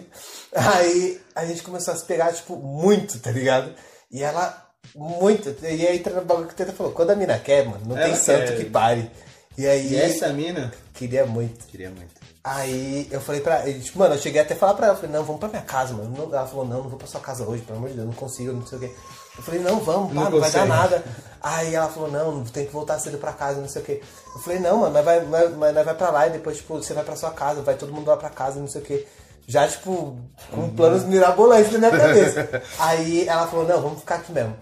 Speaker 1: Aí a gente começou a se pegar, tipo, muito, tá ligado? E ela, muito. E aí entra no bagulho que o Teta falou, quando a mina quer, mano, não
Speaker 3: Ela
Speaker 1: tem santo
Speaker 3: quer.
Speaker 1: que pare. E aí,
Speaker 3: E essa mina?
Speaker 1: queria muito.
Speaker 3: Queria muito.
Speaker 1: Aí eu falei pra ele, tipo, mano, eu cheguei até a falar pra ela, eu falei, não, vamos pra minha casa, mano. Não- Ela falou, não, não vou pra sua casa hoje, pelo amor de Deus, não consigo, não sei o quê. Eu falei, não, vamos, pá,
Speaker 3: Não
Speaker 1: não, vai dar
Speaker 3: consegue.
Speaker 1: nada. Aí ela falou, não, tem que voltar cedo pra casa, não sei o quê. Eu falei, não, mano, mas vai, mas, mas nós vai pra lá e depois, tipo, você vai pra sua casa, vai todo mundo lá pra casa, não sei o quê. Já, tipo, com planos mirabolantes na minha cabeça. Aí ela falou, não, vamos ficar aqui mesmo.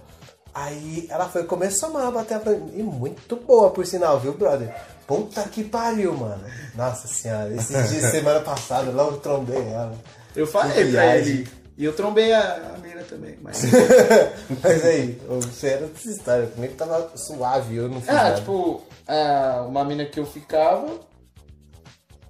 Speaker 1: Aí ela foi, começou mano, a bater a pra mim. E muito boa, por sinal, viu, brother? Puta que pariu, mano. Nossa senhora, esse dia, semana passada, logo trombei ela.
Speaker 3: Eu
Speaker 1: Que
Speaker 3: falei pra
Speaker 1: viagem.
Speaker 3: ele. E eu trombei a, a mina também. Mas...
Speaker 1: Mas aí, você era dessa história. Comigo tava suave, eu não fiz
Speaker 3: ah,
Speaker 1: nada.
Speaker 3: tipo, ah, uma mina que eu ficava.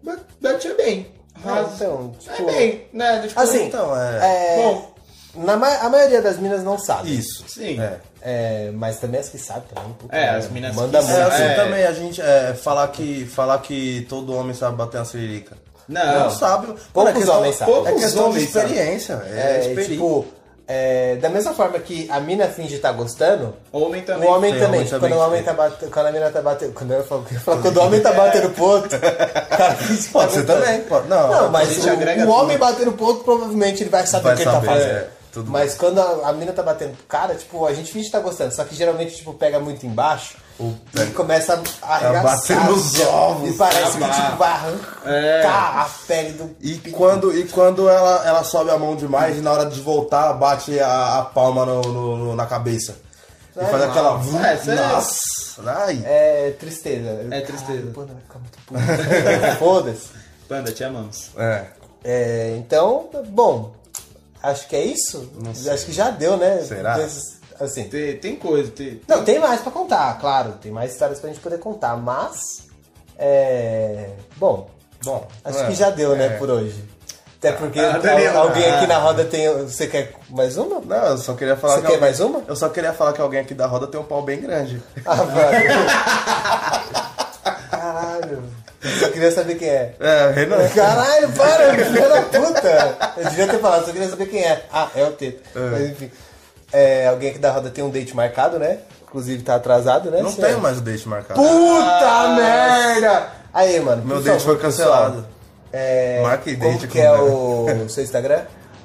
Speaker 3: ba- Batia bem.
Speaker 1: Ah, então, tipo-
Speaker 3: É bem, né? Tipo,
Speaker 1: Assim,
Speaker 2: Então, é.
Speaker 1: é,
Speaker 3: Bom,
Speaker 1: na, ma- a maioria das minas não sabe.
Speaker 2: Isso.
Speaker 3: sim.
Speaker 2: É.
Speaker 1: É, mas também as que sabem também. puta
Speaker 3: É,
Speaker 1: merda,
Speaker 3: as minas
Speaker 1: Manda
Speaker 3: que
Speaker 1: muito. né?
Speaker 2: É assim
Speaker 3: É.
Speaker 2: também, a gente é, falar, que, falar que todo homem sabe bater uma siririca.
Speaker 3: Não,
Speaker 2: Não sabe. mano,
Speaker 1: Poucos
Speaker 2: é questão-
Speaker 1: homens sabem.
Speaker 2: É questão
Speaker 3: Poucos
Speaker 2: de
Speaker 3: homens sabem.
Speaker 2: experiência. É,
Speaker 1: É,
Speaker 2: experiência.
Speaker 1: tipo, é, da mesma forma que a mina finge estar gostando,
Speaker 3: homem
Speaker 1: O
Speaker 3: também.
Speaker 1: homem
Speaker 2: Tem,
Speaker 1: também.
Speaker 2: homem também
Speaker 1: quando o homem
Speaker 2: tem.
Speaker 1: tá batendo. Quando a mina tá batendo. Quando eu falo, eu falo quando o homem tá batendo ponto. Cara, isso
Speaker 2: Pode ser também, pode. Não,
Speaker 1: Não,
Speaker 3: a
Speaker 1: mas
Speaker 3: gente
Speaker 1: o,
Speaker 3: agrega
Speaker 1: o homem
Speaker 3: tudo.
Speaker 1: batendo ponto, provavelmente ele vai saber
Speaker 2: Vai
Speaker 1: o que ele
Speaker 2: saber,
Speaker 1: tá fazendo.
Speaker 2: é, tudo
Speaker 1: mas quando a, a mina tá batendo pro cara, tipo, a gente finge que tá gostando. Só que geralmente, tipo, pega muito embaixo
Speaker 2: O-
Speaker 1: e começa a arregaçar. assim,
Speaker 2: bater nos ovos,
Speaker 1: E parece que,
Speaker 3: acabar.
Speaker 1: tipo, vai arrancar
Speaker 3: É.
Speaker 1: a pele do.
Speaker 2: E quando, e quando ela, ela sobe a mão demais e na hora de voltar bate a, a palma no, no- no- na cabeça. E
Speaker 1: Ai,
Speaker 2: faz aquela.
Speaker 1: nossa.
Speaker 2: vu-
Speaker 3: É, isso é-
Speaker 2: Nossa! Ai.
Speaker 1: É tristeza. Caralho,
Speaker 3: tristeza.
Speaker 1: pô, não vai ficar muito puto. Foda-se.
Speaker 3: Panda, te amamos.
Speaker 2: É.
Speaker 1: É, então, bom, acho que é isso. Acho que já deu, né?
Speaker 2: Será?
Speaker 1: Desses- assim.
Speaker 3: Tem, tem coisa, tem.
Speaker 1: Não, tem mais pra contar, claro. Tem mais histórias pra gente poder contar, mas. É, bom,
Speaker 2: Bom.
Speaker 1: Acho
Speaker 2: é.
Speaker 1: que já deu, né,
Speaker 2: É.
Speaker 1: por hoje. Até porque
Speaker 3: Ah,
Speaker 2: né?
Speaker 3: Daniel,
Speaker 1: al- alguém
Speaker 3: ah.
Speaker 1: aqui na roda tem. Você quer mais uma?
Speaker 2: Não, eu só queria falar
Speaker 1: Você
Speaker 2: que
Speaker 1: quer
Speaker 2: alguém-
Speaker 1: mais uma?
Speaker 2: Eu só queria falar que alguém aqui da roda tem um pau bem grande.
Speaker 1: Ah, mano. Caralho. Só queria saber quem é.
Speaker 2: É, Renan.
Speaker 1: Caralho, para, filho da puta! Eu devia ter falado, só queria saber quem é. Ah, é o Teto. Mas enfim. É, alguém aqui da roda tem um date marcado, né? Inclusive tá atrasado, né?
Speaker 2: Não
Speaker 1: senhor?
Speaker 2: tenho mais o date marcado.
Speaker 1: Puta merda! Aí, mano.
Speaker 2: Meu
Speaker 1: por
Speaker 2: date
Speaker 1: favor,
Speaker 2: foi cancelado.
Speaker 1: pessoal, É,
Speaker 2: Marca e
Speaker 1: como
Speaker 2: date
Speaker 1: que
Speaker 2: com
Speaker 1: é
Speaker 2: ela.
Speaker 1: o seu Instagram?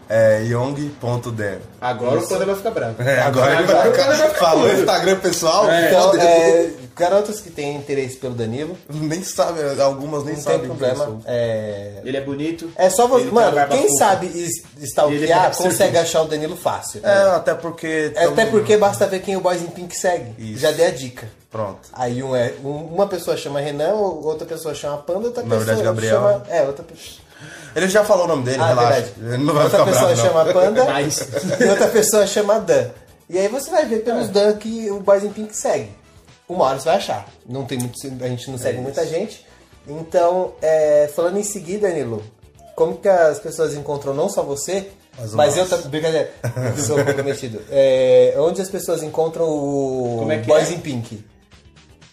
Speaker 2: É young.dem.
Speaker 3: Agora o Panda vai ficar bravo.
Speaker 2: É, agora,
Speaker 3: Agora
Speaker 2: o cara já falou Instagram pessoal.
Speaker 1: Então, é, garotas que têm interesse pelo Danilo,
Speaker 2: Nem sabe, algumas nem
Speaker 1: não tem
Speaker 2: sabem. quem
Speaker 1: problema.
Speaker 2: sou.
Speaker 1: É,
Speaker 3: Ele é bonito.
Speaker 1: é só você.
Speaker 3: ele tem uma
Speaker 1: Mano,
Speaker 3: barba
Speaker 1: quem
Speaker 3: fofa.
Speaker 1: sabe es- stalkear
Speaker 3: Ele é
Speaker 1: consegue
Speaker 3: serpente.
Speaker 1: achar o Danilo fácil.
Speaker 2: É, até porque.
Speaker 1: É, Até
Speaker 2: tamo-
Speaker 1: porque basta ver quem o Boys in Pink segue.
Speaker 2: Então, Isso.
Speaker 1: Já dei a dica.
Speaker 2: Pronto.
Speaker 1: Aí um é, um- uma pessoa chama Renan, ou- outra pessoa chama Panda, outra
Speaker 2: Na
Speaker 1: pessoa
Speaker 2: verdade, Gabriel.
Speaker 1: chama. É, outra pessoa.
Speaker 2: Ele já falou o nome dele,
Speaker 1: Ah,
Speaker 2: relaxa.
Speaker 1: verdade.
Speaker 2: Ele não vai
Speaker 1: outra
Speaker 2: ficar
Speaker 1: pessoa
Speaker 2: bravo, não.
Speaker 1: chama Panda
Speaker 3: Nice.
Speaker 1: e outra pessoa chama Dan. E aí você vai ver
Speaker 3: É.
Speaker 1: pelos Dan que o Boys in Pink segue. Uma hora você vai achar. Não tem muito, a gente não
Speaker 3: É
Speaker 1: segue muita gente. Então, é, falando em seguir, Danilo, como que as pessoas encontram não só você,
Speaker 2: Mas
Speaker 1: mas,
Speaker 2: o
Speaker 1: eu
Speaker 2: nosso.
Speaker 1: também. Brincadeira, eu sou comprometido. É, onde as pessoas encontram o
Speaker 3: Como é que
Speaker 1: Boys
Speaker 3: é?
Speaker 1: in Pink?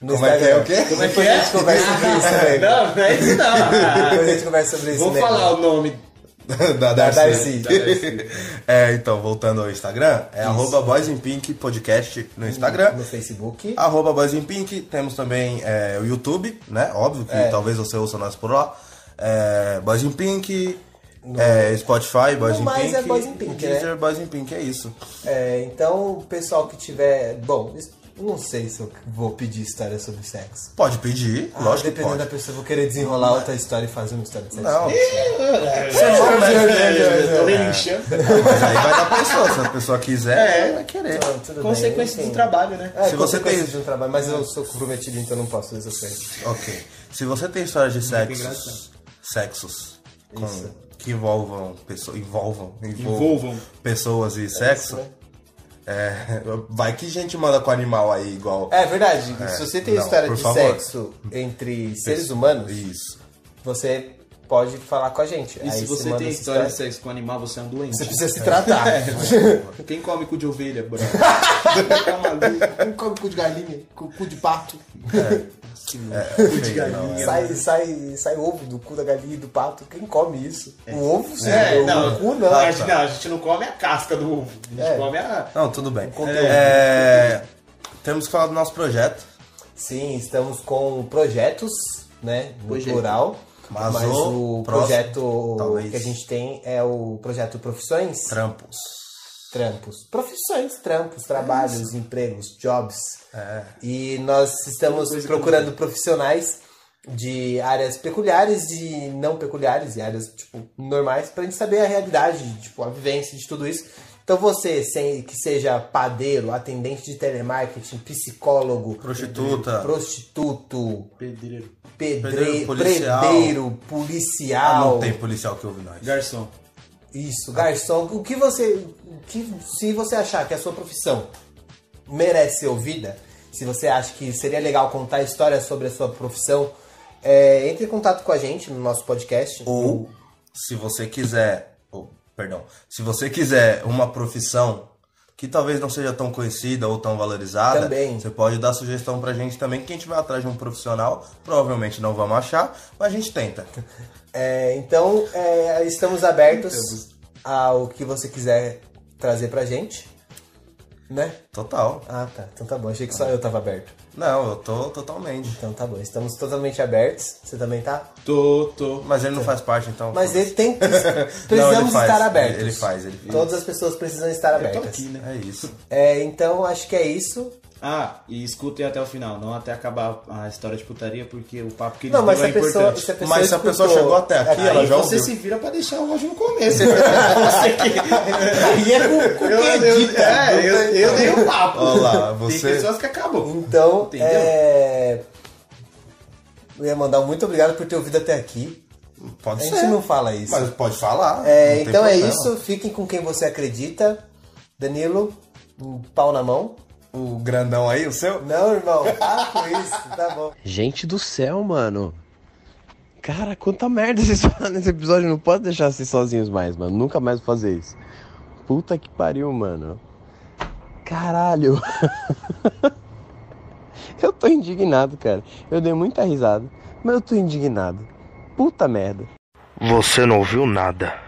Speaker 1: No
Speaker 2: Como é que é o
Speaker 1: Instagram.
Speaker 2: quê?
Speaker 3: Como é que
Speaker 1: Depois
Speaker 3: é?
Speaker 1: a gente conversa sobre isso também.
Speaker 3: Não, não é isso não.
Speaker 1: Depois a
Speaker 3: Ah,
Speaker 1: gente conversa sobre isso né?
Speaker 3: Vou
Speaker 1: mesmo.
Speaker 3: falar o nome.
Speaker 2: da
Speaker 1: Da
Speaker 2: Darcy.
Speaker 1: Darcy.
Speaker 2: é, então, voltando ao Instagram, é arroba Boys in Pink Podcast no Instagram.
Speaker 1: No Facebook.
Speaker 2: Arroba Boys in Pink, temos também é, o YouTube, né? Óbvio que
Speaker 1: É.
Speaker 2: talvez você ouça nós por lá. É, Boys in Pink, é, Spotify, Boys
Speaker 1: No
Speaker 2: in
Speaker 1: mais
Speaker 2: Pink.
Speaker 1: é Boys in Pink,
Speaker 2: Deezer, Boys in Pink, é isso.
Speaker 1: É, então, o pessoal que tiver. Bom, isso- não sei se eu vou pedir história sobre sexo.
Speaker 2: Pode pedir, lógico que
Speaker 1: Ah, Dependendo
Speaker 2: pode.
Speaker 1: da pessoa, eu vou querer desenrolar outra história e fazer uma história de sexo.
Speaker 2: Não,
Speaker 1: é né?
Speaker 3: Tô relinchando.
Speaker 2: mas aí vai da pessoa. Se a pessoa quiser,
Speaker 3: É.
Speaker 2: ela vai querer.
Speaker 1: Então, tudo bem,
Speaker 3: Consequências
Speaker 1: enfim.
Speaker 3: do trabalho, né?
Speaker 1: É,
Speaker 2: Se você
Speaker 1: consequências
Speaker 2: tem-
Speaker 1: de um trabalho, mas eu sou comprometido, então não posso fazer essas coisas.
Speaker 2: Ok. Se você tem histórias de sexos, sexos com-
Speaker 1: Isso.
Speaker 2: que envolvam, pessoas, envolvam,
Speaker 3: Envolvam.
Speaker 2: pessoas e sexo, é, vai que gente manda com animal aí igual.
Speaker 1: É verdade, se você tem
Speaker 2: não,
Speaker 1: história
Speaker 2: por
Speaker 1: de
Speaker 2: favor.
Speaker 1: sexo entre seres humanos,
Speaker 2: Isso.
Speaker 1: você pode falar com a gente.
Speaker 3: E
Speaker 1: Aí
Speaker 3: se você
Speaker 1: manda
Speaker 3: tem
Speaker 1: essa
Speaker 3: história de sexo com animal, você é um doente.
Speaker 1: Você precisa se tratar.
Speaker 3: Quem come cu de ovelha, bro? tá maluco?
Speaker 1: Um come cu de galinha, cu cu de pato.
Speaker 3: Cu de
Speaker 2: Feio, não,
Speaker 3: galinha.
Speaker 1: Sai, sai, sai ovo do cu da galinha e do pato. Quem come isso? O ovo sim,
Speaker 3: É,
Speaker 1: o,
Speaker 3: não, tá.
Speaker 1: o cu não.
Speaker 3: A gente, não, a gente não come a casca do ovo. A gente
Speaker 1: É.
Speaker 3: come a.
Speaker 2: Não, tudo bem.
Speaker 1: Um conteúdo.
Speaker 2: É, temos que falar do nosso projeto.
Speaker 1: Sim, estamos com projetos, né? No
Speaker 3: Projeto.
Speaker 1: plural.
Speaker 2: Mas
Speaker 1: Mas,
Speaker 2: o
Speaker 1: o,
Speaker 2: próximo,
Speaker 1: projeto
Speaker 2: talvez.
Speaker 1: que a gente tem é o projeto Profissões,
Speaker 2: Trampos.
Speaker 1: Trampos. Profissões, trampos, trabalhos, empregos, jobs.
Speaker 2: É.
Speaker 1: E nós estamos
Speaker 3: Coisa que
Speaker 1: procurando profissionais de áreas peculiares e não peculiares, e áreas, tipo, normais, pra gente saber a realidade, tipo, a vivência de tudo isso. Então você, sem, que seja padeiro, atendente de telemarketing, psicólogo,
Speaker 2: Prostituta.
Speaker 1: prostituto,
Speaker 3: Pedreiro.
Speaker 1: pedreiro,
Speaker 2: Pedreiro, policial.
Speaker 1: predeiro,
Speaker 2: Ah,
Speaker 1: policial.
Speaker 2: não tem policial que ouve nós.
Speaker 3: Garçom.
Speaker 1: Isso, garçom. O que você. o que- se você achar que a sua profissão merece ser ouvida, se você acha que seria legal contar histórias sobre a sua profissão, é, entre em contato com a gente no nosso podcast.
Speaker 2: Ou, se você quiser, ou, perdão, se você quiser uma profissão que talvez não seja tão conhecida ou tão valorizada,
Speaker 1: Também.
Speaker 2: você pode dar sugestão pra gente também, que a gente vai atrás de um profissional, provavelmente não vamos achar, mas a gente tenta.
Speaker 1: É, então, é, estamos abertos ao que você quiser trazer pra gente. Né?
Speaker 2: Total.
Speaker 1: Ah, tá. Então tá bom. Achei que só eu tava aberto.
Speaker 2: Não, eu tô totalmente.
Speaker 1: Então tá bom. Estamos totalmente abertos. Você também tá?
Speaker 3: Tô, tô.
Speaker 2: Mas ele não faz parte, então.
Speaker 1: Mas ele tem que.
Speaker 2: Não, ele
Speaker 1: Precisamos
Speaker 2: faz,
Speaker 1: estar abertos.
Speaker 2: Ele faz, ele faz.
Speaker 1: Todas as pessoas precisam estar
Speaker 3: Eu tô
Speaker 1: abertas.
Speaker 3: aqui, né?
Speaker 2: É isso.
Speaker 1: É, então acho que é isso.
Speaker 3: Ah, e escutem até o final, não até acabar a história de putaria, porque o papo que eles
Speaker 1: Não, mas se
Speaker 3: deu
Speaker 1: a,
Speaker 3: é
Speaker 1: pessoa,
Speaker 3: importante.
Speaker 1: se a pessoa.
Speaker 2: Mas se a pessoa
Speaker 1: escutou-
Speaker 2: chegou até aqui,
Speaker 1: É,
Speaker 2: ela
Speaker 3: Aí
Speaker 2: já
Speaker 3: você
Speaker 2: ouviu.
Speaker 3: se vira pra deixar o Roger no começo. Você que...
Speaker 1: Aí é com, com
Speaker 3: eu,
Speaker 1: quem
Speaker 3: eu,
Speaker 1: edita.
Speaker 3: é, eu, eu dei o papo.
Speaker 2: Olha lá,
Speaker 3: Tem
Speaker 2: você.
Speaker 3: pessoas que acabam.
Speaker 1: Então,
Speaker 3: Entendeu?
Speaker 1: é. Eu ia mandar um muito obrigado por ter ouvido até aqui. A
Speaker 2: Pode
Speaker 1: gente
Speaker 2: ser.
Speaker 1: não fala isso.
Speaker 2: é. Mas pode falar.
Speaker 1: É,
Speaker 2: não tem
Speaker 1: então é
Speaker 2: problema.
Speaker 1: isso. Fiquem com quem você acredita. Danilo, um pau na mão. Ah,
Speaker 2: O grandão aí, o seu?
Speaker 1: Não, irmão, para com isso. Tá bom.
Speaker 5: Gente do céu, mano.
Speaker 1: Cara, quanta merda vocês falaram nesse episódio. Não posso deixar vocês sozinhos mais, mano. Nunca mais vou fazer isso. Puta que pariu, mano. Caralho. eu tô indignado, cara. Eu dei muita risada, mas eu tô indignado. Puta merda.
Speaker 6: Você não ouviu nada.